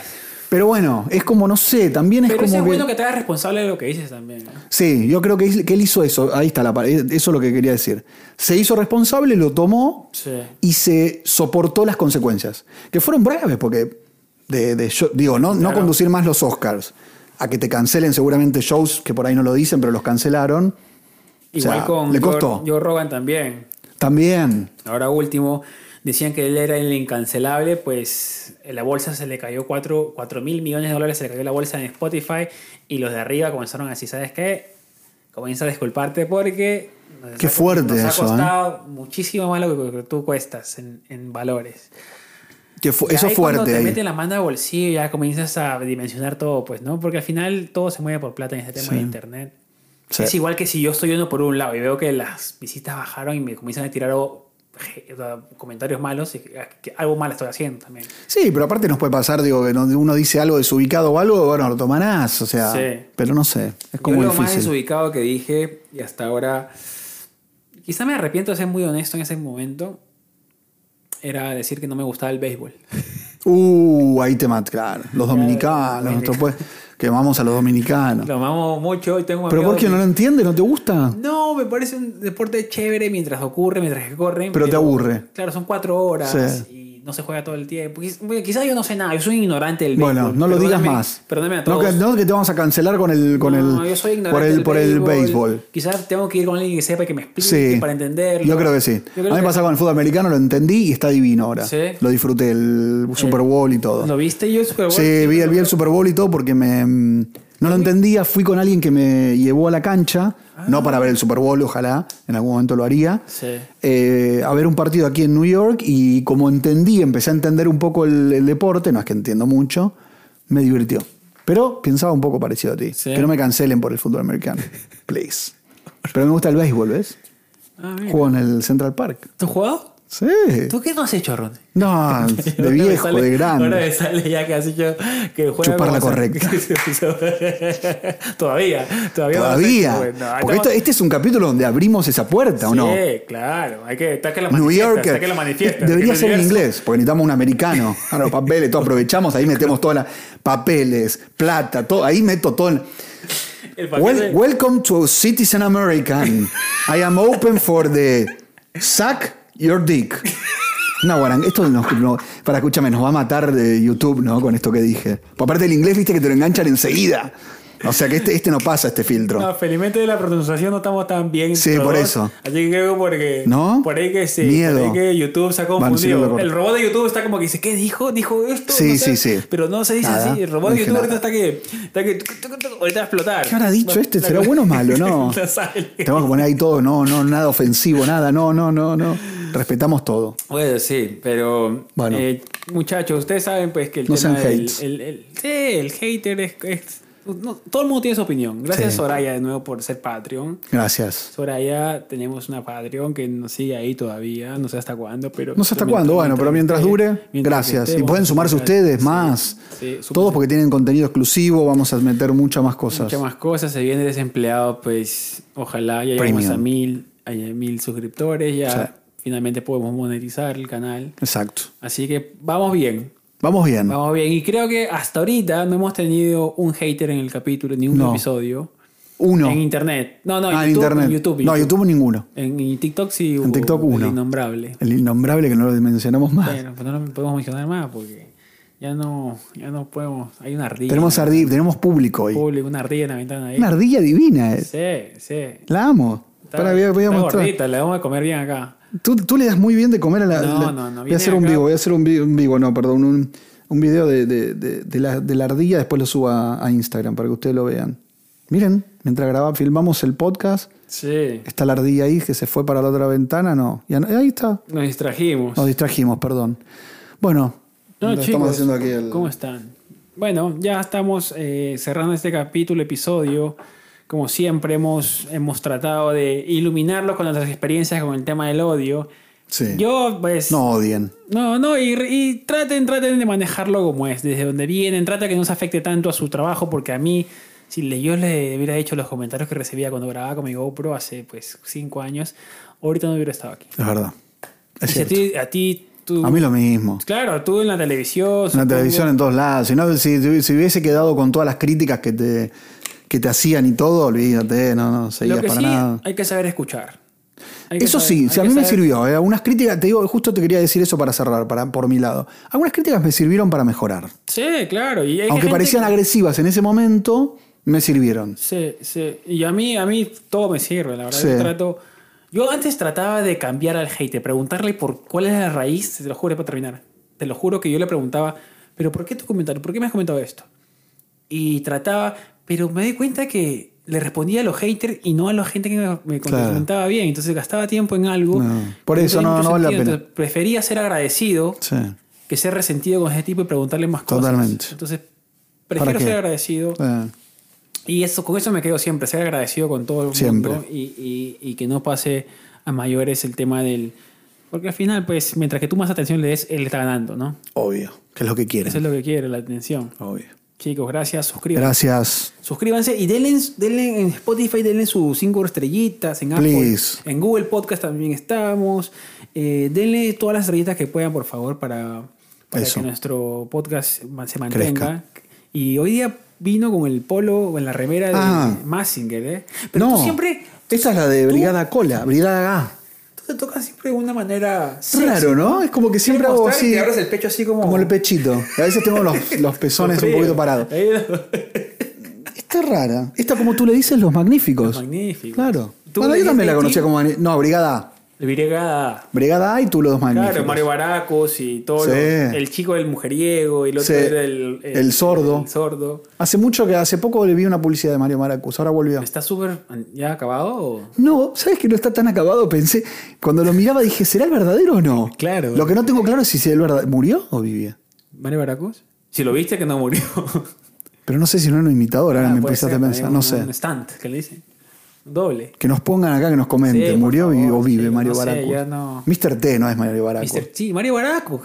Speaker 2: Pero bueno, es como, no sé, también es
Speaker 1: Pero
Speaker 2: como
Speaker 1: eso es
Speaker 2: que.
Speaker 1: bueno que te hagas responsable de lo que dices también. ¿no?
Speaker 2: Sí, yo creo que, él- que él hizo eso. Ahí está la pa- eh, Eso es lo que quería decir. Se hizo responsable, lo tomó
Speaker 1: Sí.
Speaker 2: y se soportó las consecuencias. Que fueron graves, porque. De, de show- digo, no, no
Speaker 1: Claro.
Speaker 2: conducir más los Oscars. A que te cancelen seguramente shows que por ahí no lo dicen, pero los cancelaron.
Speaker 1: Igual
Speaker 2: O sea,
Speaker 1: con
Speaker 2: le
Speaker 1: Joe-
Speaker 2: costó.
Speaker 1: Joe Rogan también.
Speaker 2: También.
Speaker 1: Ahora último, decían que él era el incancelable, pues en la bolsa se le cayó 4, mil millones de dólares, se le cayó la bolsa en Spotify y los de arriba comenzaron así, ¿sabes qué? Comienza a disculparte porque... nos
Speaker 2: Qué
Speaker 1: ha-
Speaker 2: fuerte
Speaker 1: nos
Speaker 2: eso, ¿eh?
Speaker 1: ha costado muchísimo más lo que tú cuestas en, en valores.
Speaker 2: Que fu-
Speaker 1: Ya
Speaker 2: eso
Speaker 1: ahí
Speaker 2: es
Speaker 1: Cuando
Speaker 2: fuerte
Speaker 1: te
Speaker 2: ahí.
Speaker 1: meten la mano al bolsillo ya comienzas a dimensionar todo, pues, ¿no? Porque al final todo se mueve por plata en este tema de internet.
Speaker 2: Sí.
Speaker 1: Es igual que si yo estoy yendo por un lado y veo que las visitas bajaron y me comienzan a tirar o- o sea, comentarios malos, y que- que algo mal estoy haciendo también.
Speaker 2: Sí, pero aparte nos puede pasar, digo, que no- uno dice algo desubicado o algo, bueno, lo tomarás, o sea,
Speaker 1: Sí.
Speaker 2: pero no sé, es como
Speaker 1: yo lo más
Speaker 2: difícil.
Speaker 1: desubicado que dije y hasta ahora, quizá me arrepiento de ser muy honesto en ese momento, era decir que no me gustaba el béisbol.
Speaker 2: Uh, ahí te mat, claro, los dominicanos,
Speaker 1: bueno.
Speaker 2: esto pues, que vamos a los dominicanos.
Speaker 1: Lo amamos mucho y tengo un
Speaker 2: Pero
Speaker 1: amigo
Speaker 2: ¿por qué no lo entiendes? ¿No te gusta?
Speaker 1: No, me parece un deporte chévere mientras ocurre, mientras que corren.
Speaker 2: Pero te aburre.
Speaker 1: Claro, son cuatro horas y no se juega todo el tiempo. Quiz- bueno, Quizás yo no sé nada, yo soy ignorante del
Speaker 2: Bueno,
Speaker 1: béisbol.
Speaker 2: no lo digas
Speaker 1: Perdóname-
Speaker 2: más.
Speaker 1: Perdóname a
Speaker 2: No
Speaker 1: todos.
Speaker 2: que, no que te vamos a cancelar con el, con
Speaker 1: No,
Speaker 2: el,
Speaker 1: yo soy
Speaker 2: por
Speaker 1: ignorante
Speaker 2: el,
Speaker 1: del
Speaker 2: por el béisbol.
Speaker 1: Quizás tengo que ir con alguien que sepa y que me explique
Speaker 2: Sí.
Speaker 1: para entenderlo.
Speaker 2: Yo creo que sí.
Speaker 1: Yo creo
Speaker 2: a mí me
Speaker 1: que-
Speaker 2: pasa con el fútbol americano, lo entendí y está divino ahora.
Speaker 1: Sí.
Speaker 2: Lo disfruté, el Super Bowl y todo.
Speaker 1: ¿Lo viste yo el Super Bowl?
Speaker 2: Sí, vi el, vi el Super Bowl y todo porque me, mm, no lo entendía. Fui con alguien que me llevó a la cancha,
Speaker 1: Ah.
Speaker 2: no para ver el Super Bowl, ojalá, en algún momento lo haría,
Speaker 1: Sí.
Speaker 2: eh, a ver un partido aquí en New York y como entendí, empecé a entender un poco el, el deporte, no es que entiendo mucho, me divirtió. Pero pensaba un poco parecido a ti.
Speaker 1: Sí.
Speaker 2: Que no me cancelen por el fútbol americano. Please. Pero me gusta el béisbol, ¿ves?
Speaker 1: Ah, mira.
Speaker 2: Juego en el Central Park.
Speaker 1: ¿Tú has jugado?
Speaker 2: Sí.
Speaker 1: ¿Tú qué no has hecho, Ron?
Speaker 2: No, de
Speaker 1: Ahora me
Speaker 2: viejo,
Speaker 1: sale-
Speaker 2: de
Speaker 1: Ahora
Speaker 2: grande.
Speaker 1: me sale ya que has hecho que juega
Speaker 2: Chupar la
Speaker 1: como-
Speaker 2: correcta.
Speaker 1: todavía, todavía. no lo has
Speaker 2: Todavía.
Speaker 1: hecho, bueno. Ah,
Speaker 2: Porque esto-
Speaker 1: estamos-
Speaker 2: este es un capítulo donde abrimos esa puerta, ¿o no?
Speaker 1: Sí, claro. Hay que estar que la
Speaker 2: New
Speaker 1: manifiesta,
Speaker 2: Yorker. Eh,
Speaker 1: está que la manifiesta.
Speaker 2: Debería
Speaker 1: que
Speaker 2: ser en
Speaker 1: universo-
Speaker 2: inglés, porque necesitamos un americano. Ahora, los papeles, todo aprovechamos, ahí metemos todas las papeles, plata, todo, ahí meto todo. en-
Speaker 1: El paquete-
Speaker 2: Wel- welcome to Citizen American. I am open for the suck your dick. No, Guarán, esto nos, no- para escúchame, nos va a matar de YouTube, ¿no? Con esto que dije. Por aparte del inglés, viste que te lo enganchan enseguida. O sea que este, este no pasa este filtro.
Speaker 1: No, felizmente de la pronunciación no estamos tan bien.
Speaker 2: Sí,
Speaker 1: todos.
Speaker 2: por eso.
Speaker 1: Así que creo porque.
Speaker 2: ¿No?
Speaker 1: Por ahí que sí.
Speaker 2: Miedo.
Speaker 1: Por ahí que YouTube se ha
Speaker 2: Bueno, sí,
Speaker 1: confundido.
Speaker 2: lo corto.
Speaker 1: el robot de YouTube está como que dice, ¿qué dijo? ¿Dijo esto?
Speaker 2: Sí,
Speaker 1: No sé.
Speaker 2: sí, sí.
Speaker 1: Pero no se dice
Speaker 2: Nada,
Speaker 1: así. El robot
Speaker 2: no
Speaker 1: de
Speaker 2: dije
Speaker 1: YouTube ahorita
Speaker 2: nada.
Speaker 1: está que, está que. tuc, tuc, tuc, Ahorita va a explotar.
Speaker 2: ¿Qué habrá dicho
Speaker 1: No,
Speaker 2: este?
Speaker 1: la
Speaker 2: ¿Será
Speaker 1: cosa-
Speaker 2: bueno o malo? No.
Speaker 1: No sale.
Speaker 2: Tenemos que poner ahí todo, no, no, nada ofensivo, nada, no, no, no, no. Respetamos todo.
Speaker 1: Bueno, sí, pero
Speaker 2: Bueno.
Speaker 1: eh, muchachos, ustedes saben pues que el
Speaker 2: No
Speaker 1: tema
Speaker 2: sean
Speaker 1: del-
Speaker 2: hates.
Speaker 1: el- el- sí, el hater es, es- no, todo el mundo tiene su opinión. Gracias
Speaker 2: Sí.
Speaker 1: Soraya de nuevo por ser Patreon.
Speaker 2: Gracias.
Speaker 1: Soraya, tenemos una Patreon que nos sigue ahí todavía, no sé hasta cuándo, pero...
Speaker 2: No sé hasta
Speaker 1: mientras-
Speaker 2: cuándo, bueno, pero mientras
Speaker 1: esté-
Speaker 2: dure,
Speaker 1: mientras que
Speaker 2: gracias.
Speaker 1: esté,
Speaker 2: Y
Speaker 1: vamos
Speaker 2: pueden
Speaker 1: a
Speaker 2: sumarse
Speaker 1: sacar-
Speaker 2: ustedes
Speaker 1: sí,
Speaker 2: más.
Speaker 1: sí, súmense.
Speaker 2: Todos porque tienen contenido exclusivo, vamos a meter muchas más cosas.
Speaker 1: Muchas más cosas, se viene desempleado, pues ojalá ya lleguemos
Speaker 2: Premium.
Speaker 1: a mil, a mil suscriptores, ya
Speaker 2: Sí.
Speaker 1: finalmente podemos monetizar el canal.
Speaker 2: Exacto.
Speaker 1: Así que vamos bien,
Speaker 2: Vamos bien.
Speaker 1: vamos bien. Y creo que hasta ahorita no hemos tenido un hater en el capítulo, ni un
Speaker 2: No.
Speaker 1: episodio.
Speaker 2: Uno.
Speaker 1: En internet. No, no, en,
Speaker 2: ah, en
Speaker 1: YouTube,
Speaker 2: internet.
Speaker 1: en YouTube.
Speaker 2: No,
Speaker 1: YouTube.
Speaker 2: YouTube ninguno.
Speaker 1: En, en TikTok sí hubo
Speaker 2: TikTok
Speaker 1: el
Speaker 2: uno.
Speaker 1: innombrable.
Speaker 2: El innombrable que no lo mencionamos más.
Speaker 1: Bueno, pues no lo podemos mencionar más porque ya no, ya no podemos. Hay una ardilla.
Speaker 2: tenemos,
Speaker 1: en la
Speaker 2: ardi- tenemos público hoy.
Speaker 1: ventana, público, una ardilla en la ventana ahí.
Speaker 2: Una ardilla divina. es.
Speaker 1: Sí, sí.
Speaker 2: La amo.
Speaker 1: Está,
Speaker 2: Para, voy a, voy a
Speaker 1: está
Speaker 2: mostrar.
Speaker 1: gordita, le vamos a comer bien acá.
Speaker 2: Tú, tú le das muy bien de comer a la.
Speaker 1: No, no,
Speaker 2: la-
Speaker 1: no,
Speaker 2: Voy a
Speaker 1: viene
Speaker 2: hacer un
Speaker 1: acá.
Speaker 2: vivo, voy a hacer un vivo, un vivo, no, perdón, un, un video de, de- de- de la, de la ardilla, después lo subo a, a Instagram para que ustedes lo vean. Miren, mientras grabamos, filmamos el podcast,
Speaker 1: Sí.
Speaker 2: está la ardilla ahí que se fue para la otra ventana, no. Y an- ahí está.
Speaker 1: Nos distrajimos.
Speaker 2: Nos distrajimos, perdón. Bueno,
Speaker 1: No,
Speaker 2: lo
Speaker 1: chicos,
Speaker 2: estamos haciendo aquí el.
Speaker 1: ¿Cómo están? Bueno, ya estamos eh, cerrando este capítulo, episodio. Como siempre, hemos, hemos tratado de iluminarlo con nuestras experiencias con el tema del odio.
Speaker 2: Sí.
Speaker 1: Yo, pues.
Speaker 2: No odien.
Speaker 1: No, no, y, y traten, traten de manejarlo como es, desde donde vienen, trata que no se afecte tanto a su trabajo, porque a mí, si le- yo le hubiera hecho los comentarios que recibía cuando grababa con mi GoPro hace pues cinco años, ahorita no hubiera estado aquí.
Speaker 2: Es verdad. Es
Speaker 1: Y si a
Speaker 2: cierto.
Speaker 1: ti, a ti, tú...
Speaker 2: A mí lo mismo.
Speaker 1: Claro, tú en la televisión...
Speaker 2: En la
Speaker 1: supongo.
Speaker 2: televisión en todos lados. Si, no, si, si hubiese quedado con todas las críticas que te, que te hacían y todo, olvídate, no, no seguías
Speaker 1: Lo que
Speaker 2: para
Speaker 1: sí,
Speaker 2: nada.
Speaker 1: hay que saber escuchar. Hay que
Speaker 2: Eso
Speaker 1: saber-
Speaker 2: sí,
Speaker 1: hay
Speaker 2: si a
Speaker 1: que
Speaker 2: mí me
Speaker 1: saber-
Speaker 2: sirvió. eh, algunas críticas, te digo, justo te quería decir eso para cerrar, para, por mi lado. Algunas críticas me sirvieron para mejorar.
Speaker 1: Sí, claro. Y hay
Speaker 2: Aunque
Speaker 1: gente
Speaker 2: parecían
Speaker 1: que-
Speaker 2: agresivas en ese momento, me sirvieron.
Speaker 1: Sí, sí. Y a mí, a mí todo me sirve, la verdad.
Speaker 2: Sí.
Speaker 1: Yo trato. Yo antes trataba de cambiar al hate, de preguntarle por cuál es la raíz, te lo juro para terminar. Te lo juro que yo le preguntaba, pero ¿por qué tu comentario? ¿Por qué me has comentado esto? Y trataba, pero me di cuenta que le respondía a los haters y no a la gente que me, me
Speaker 2: Claro.
Speaker 1: comentaba bien. Entonces gastaba tiempo en algo.
Speaker 2: No, por
Speaker 1: que
Speaker 2: eso
Speaker 1: tenía
Speaker 2: no-
Speaker 1: mucho
Speaker 2: no vale la
Speaker 1: sentido.
Speaker 2: pena.
Speaker 1: Entonces, prefería ser agradecido
Speaker 2: Sí.
Speaker 1: que ser resentido con ese tipo y preguntarle más cosas.
Speaker 2: Totalmente.
Speaker 1: Entonces,
Speaker 2: ¿Para
Speaker 1: prefiero
Speaker 2: qué?
Speaker 1: ser agradecido.
Speaker 2: Eh,
Speaker 1: Y eso, con eso me quedo siempre, ser agradecido con todo el mundo
Speaker 2: Siempre.
Speaker 1: y, y- y que no pase a mayores el tema del... Porque al final, pues, mientras que tú más atención le des, él está ganando, ¿no?
Speaker 2: obvio, que es lo que
Speaker 1: Eso
Speaker 2: quieren.
Speaker 1: es lo que quiere, la atención.
Speaker 2: Obvio.
Speaker 1: Chicos, gracias, suscríbanse.
Speaker 2: Gracias.
Speaker 1: Suscríbanse y denle, denle en Spotify, denle sus cinco estrellitas, en Apple,
Speaker 2: Please.
Speaker 1: en Google Podcast también estamos. Eh, denle todas las estrellitas que puedan, por favor, para, para
Speaker 2: Eso.
Speaker 1: que nuestro podcast ma- se mantenga.
Speaker 2: Crezca.
Speaker 1: Y hoy día vino con el polo o en la remera de
Speaker 2: Ah.
Speaker 1: Massinger, ¿eh? Pero
Speaker 2: no,
Speaker 1: tú siempre
Speaker 2: Esa es la de Brigada Cola, Brigada A.
Speaker 1: tú te tocas siempre de una manera sexy.
Speaker 2: Raro, ¿no? Es como que siempre hago
Speaker 1: Mostrar y
Speaker 2: así.
Speaker 1: te abres el pecho así como...
Speaker 2: Como el pechito. A veces tengo los, los pezones un
Speaker 1: frío.
Speaker 2: poquito parados.
Speaker 1: Ahí
Speaker 2: Esta es rara. Esta, como tú le dices, los magníficos.
Speaker 1: Magnífico.
Speaker 2: Claro.
Speaker 1: Tú
Speaker 2: Bueno,
Speaker 1: le
Speaker 2: yo
Speaker 1: dijiste
Speaker 2: también la
Speaker 1: tipo-
Speaker 2: conocía como. magni- No, Brigada A.
Speaker 1: Viregada.
Speaker 2: Brigada A y tú los dos magníficos.
Speaker 1: Claro, Mario Baracos y todo.
Speaker 2: Sí.
Speaker 1: lo- el chico del mujeriego y el otro
Speaker 2: Sí.
Speaker 1: era el,
Speaker 2: El sordo.
Speaker 1: El sordo.
Speaker 2: Hace mucho que hace poco le vi una publicidad de Mario Maracus, ahora volvió.
Speaker 1: ¿Está súper ya acabado? o?
Speaker 2: No, ¿sabes que no está tan acabado? Pensé, cuando lo miraba dije, ¿será el verdadero o no?
Speaker 1: Claro.
Speaker 2: Lo que no tengo claro es si es el verdadero. ¿Murió o vivía?
Speaker 1: ¿Mario Baracos? Si lo viste que no murió.
Speaker 2: Pero Pero no sé si no era un imitador, ahora
Speaker 1: Ah,
Speaker 2: me
Speaker 1: puede
Speaker 2: empezaste
Speaker 1: ser,
Speaker 2: a pensar,
Speaker 1: un-
Speaker 2: no sé.
Speaker 1: Un stunt, que le dicen. Doble.
Speaker 2: Que nos pongan acá, que nos comenten.
Speaker 1: Sí, por
Speaker 2: ¿Murió vi-
Speaker 1: favor,
Speaker 2: o vive
Speaker 1: sí,
Speaker 2: Mario
Speaker 1: no sé,
Speaker 2: Baracus?
Speaker 1: ya no-
Speaker 2: Mr. T no es Mario Baracus.
Speaker 1: Mr. T. Mario Baraco.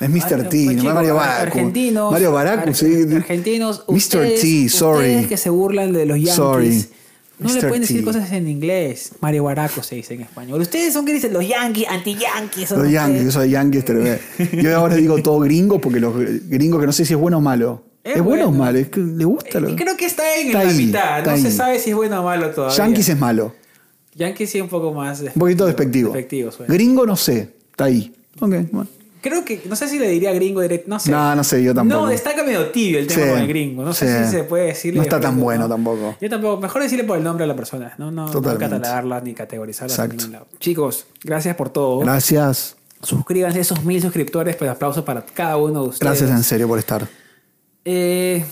Speaker 2: Es Mr. T, no
Speaker 1: Chicos,
Speaker 2: es Mario Baracus.
Speaker 1: Argentinos.
Speaker 2: Mario Baracus, sí.
Speaker 1: ar- Argentinos.
Speaker 2: Mr.
Speaker 1: ustedes-
Speaker 2: T, sorry.
Speaker 1: Ustedes que se burlan de los Yankees.
Speaker 2: Sorry.
Speaker 1: No le
Speaker 2: Mr.
Speaker 1: pueden decir
Speaker 2: T.
Speaker 1: cosas en inglés. Mario Baraco se dice en español. Ustedes son que dicen los Yankees, anti-Yankees. son
Speaker 2: Los
Speaker 1: ustedes.
Speaker 2: Yankees, yo soy Yankees, te lo veo. Yo ahora digo todo gringo porque los gringos que no sé si es bueno o malo.
Speaker 1: Es
Speaker 2: Es, bueno, o
Speaker 1: bueno.
Speaker 2: malo, es que le gusta. Lo...
Speaker 1: Y creo que está en
Speaker 2: Está
Speaker 1: la
Speaker 2: ahí,
Speaker 1: mitad. No
Speaker 2: está
Speaker 1: se
Speaker 2: ahí.
Speaker 1: sabe si es bueno o malo todavía.
Speaker 2: Yankees es malo,
Speaker 1: Yankees sí un poco más.
Speaker 2: un poquito despectivo.
Speaker 1: despectivo suena.
Speaker 2: Gringo no sé, está ahí. Ok, bueno.
Speaker 1: Creo que, no sé si le diría gringo directo, no sé.
Speaker 2: No, no sé, yo tampoco.
Speaker 1: No, está que medio tibio el tema
Speaker 2: Sí,
Speaker 1: con el gringo. No sé
Speaker 2: sí.
Speaker 1: si se puede decirle.
Speaker 2: No está
Speaker 1: después,
Speaker 2: tan bueno tampoco.
Speaker 1: Yo tampoco. Mejor decirle por el nombre a la persona. No, no, no
Speaker 2: Totalmente.
Speaker 1: catalogarla ni categorizarla. por
Speaker 2: Exacto.
Speaker 1: ningún lado. Chicos, gracias por todo.
Speaker 2: Gracias.
Speaker 1: Suscríbanse a esos mil suscriptores. Pues aplausos para cada uno de ustedes.
Speaker 2: Gracias en serio por estar.
Speaker 1: Eh,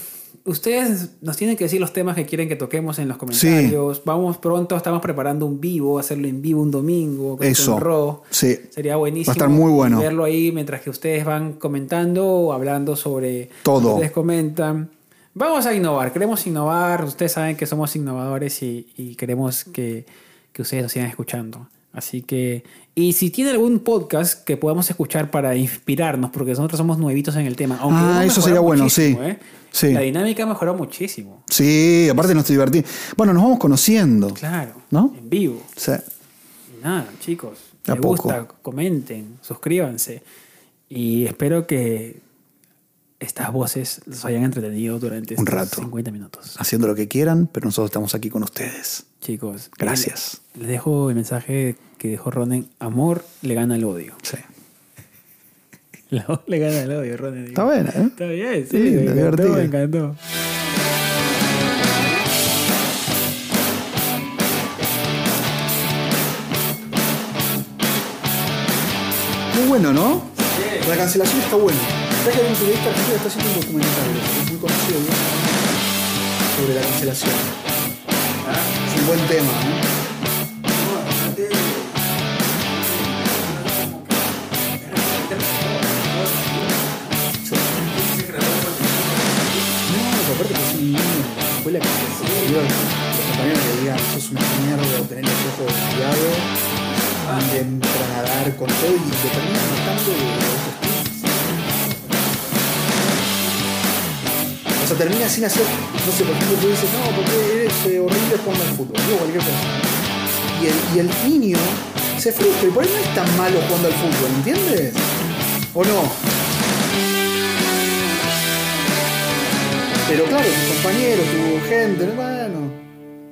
Speaker 1: ustedes nos tienen que decir los temas que quieren que toquemos en los comentarios. Vamos pronto, estamos preparando un vivo, hacerlo en vivo un domingo. con
Speaker 2: Eso.
Speaker 1: Raw.
Speaker 2: Sí.
Speaker 1: Sería buenísimo.
Speaker 2: Va a estar muy bueno.
Speaker 1: Verlo ahí mientras que ustedes van comentando o hablando sobre
Speaker 2: Todo.
Speaker 1: lo que Ustedes comentan. Vamos a innovar, queremos innovar. Ustedes saben que somos innovadores y, y queremos que, que ustedes nos sigan escuchando. Así que, y si tiene algún podcast que podamos escuchar para inspirarnos, porque nosotros somos nuevitos en el tema. Aunque
Speaker 2: Ah,
Speaker 1: hemos
Speaker 2: eso
Speaker 1: mejorado
Speaker 2: sería bueno,
Speaker 1: muchísimo,
Speaker 2: sí.
Speaker 1: ¿eh?
Speaker 2: Sí.
Speaker 1: La dinámica ha mejorado muchísimo.
Speaker 2: Sí, aparte nos divertimos. Bueno, nos vamos conociendo.
Speaker 1: Claro.
Speaker 2: ¿No?
Speaker 1: En vivo.
Speaker 2: Sí.
Speaker 1: Y nada, chicos.
Speaker 2: ¿A
Speaker 1: Me
Speaker 2: poco?
Speaker 1: gusta, comenten, suscríbanse. Y espero que estas voces los hayan entretenido durante
Speaker 2: Un
Speaker 1: estos
Speaker 2: rato.
Speaker 1: 50 minutos.
Speaker 2: Haciendo lo que quieran, pero nosotros estamos aquí con ustedes.
Speaker 1: Chicos.
Speaker 2: Gracias.
Speaker 1: Les, les dejo el mensaje que dejó Ronen. Amor le gana el odio.
Speaker 2: Sí.
Speaker 1: El amor le gana el odio, Ronen.
Speaker 2: Está bueno, ¿eh?
Speaker 1: Está bien, sí.
Speaker 2: Sí,
Speaker 1: me encantó,
Speaker 2: divertido.
Speaker 1: me encantó.
Speaker 2: Muy bueno, ¿no? La cancelación está buena. ¿Sabes que hay un periodista argentino que está haciendo un documental es muy conocido ¿no? sobre la cancelación? Es un buen tema, ¿eh? No, pero aparte que es un niño de la escuela que se recibió, los compañeros le digan, sos una mierda, o tenés los ojos desviados, anden para nadar con todo y te terminan matando de autoestima. O sea, termina sin hacer, no sé, por ejemplo, tú dices, no, porque eres eh, horrible jugando al fútbol, o cualquier cosa. Y el, y el niño se frustra, y por ahí no es tan malo jugando al fútbol, ¿entiendes? ¿O no? Pero claro, tu compañero, tu gente, ¿no?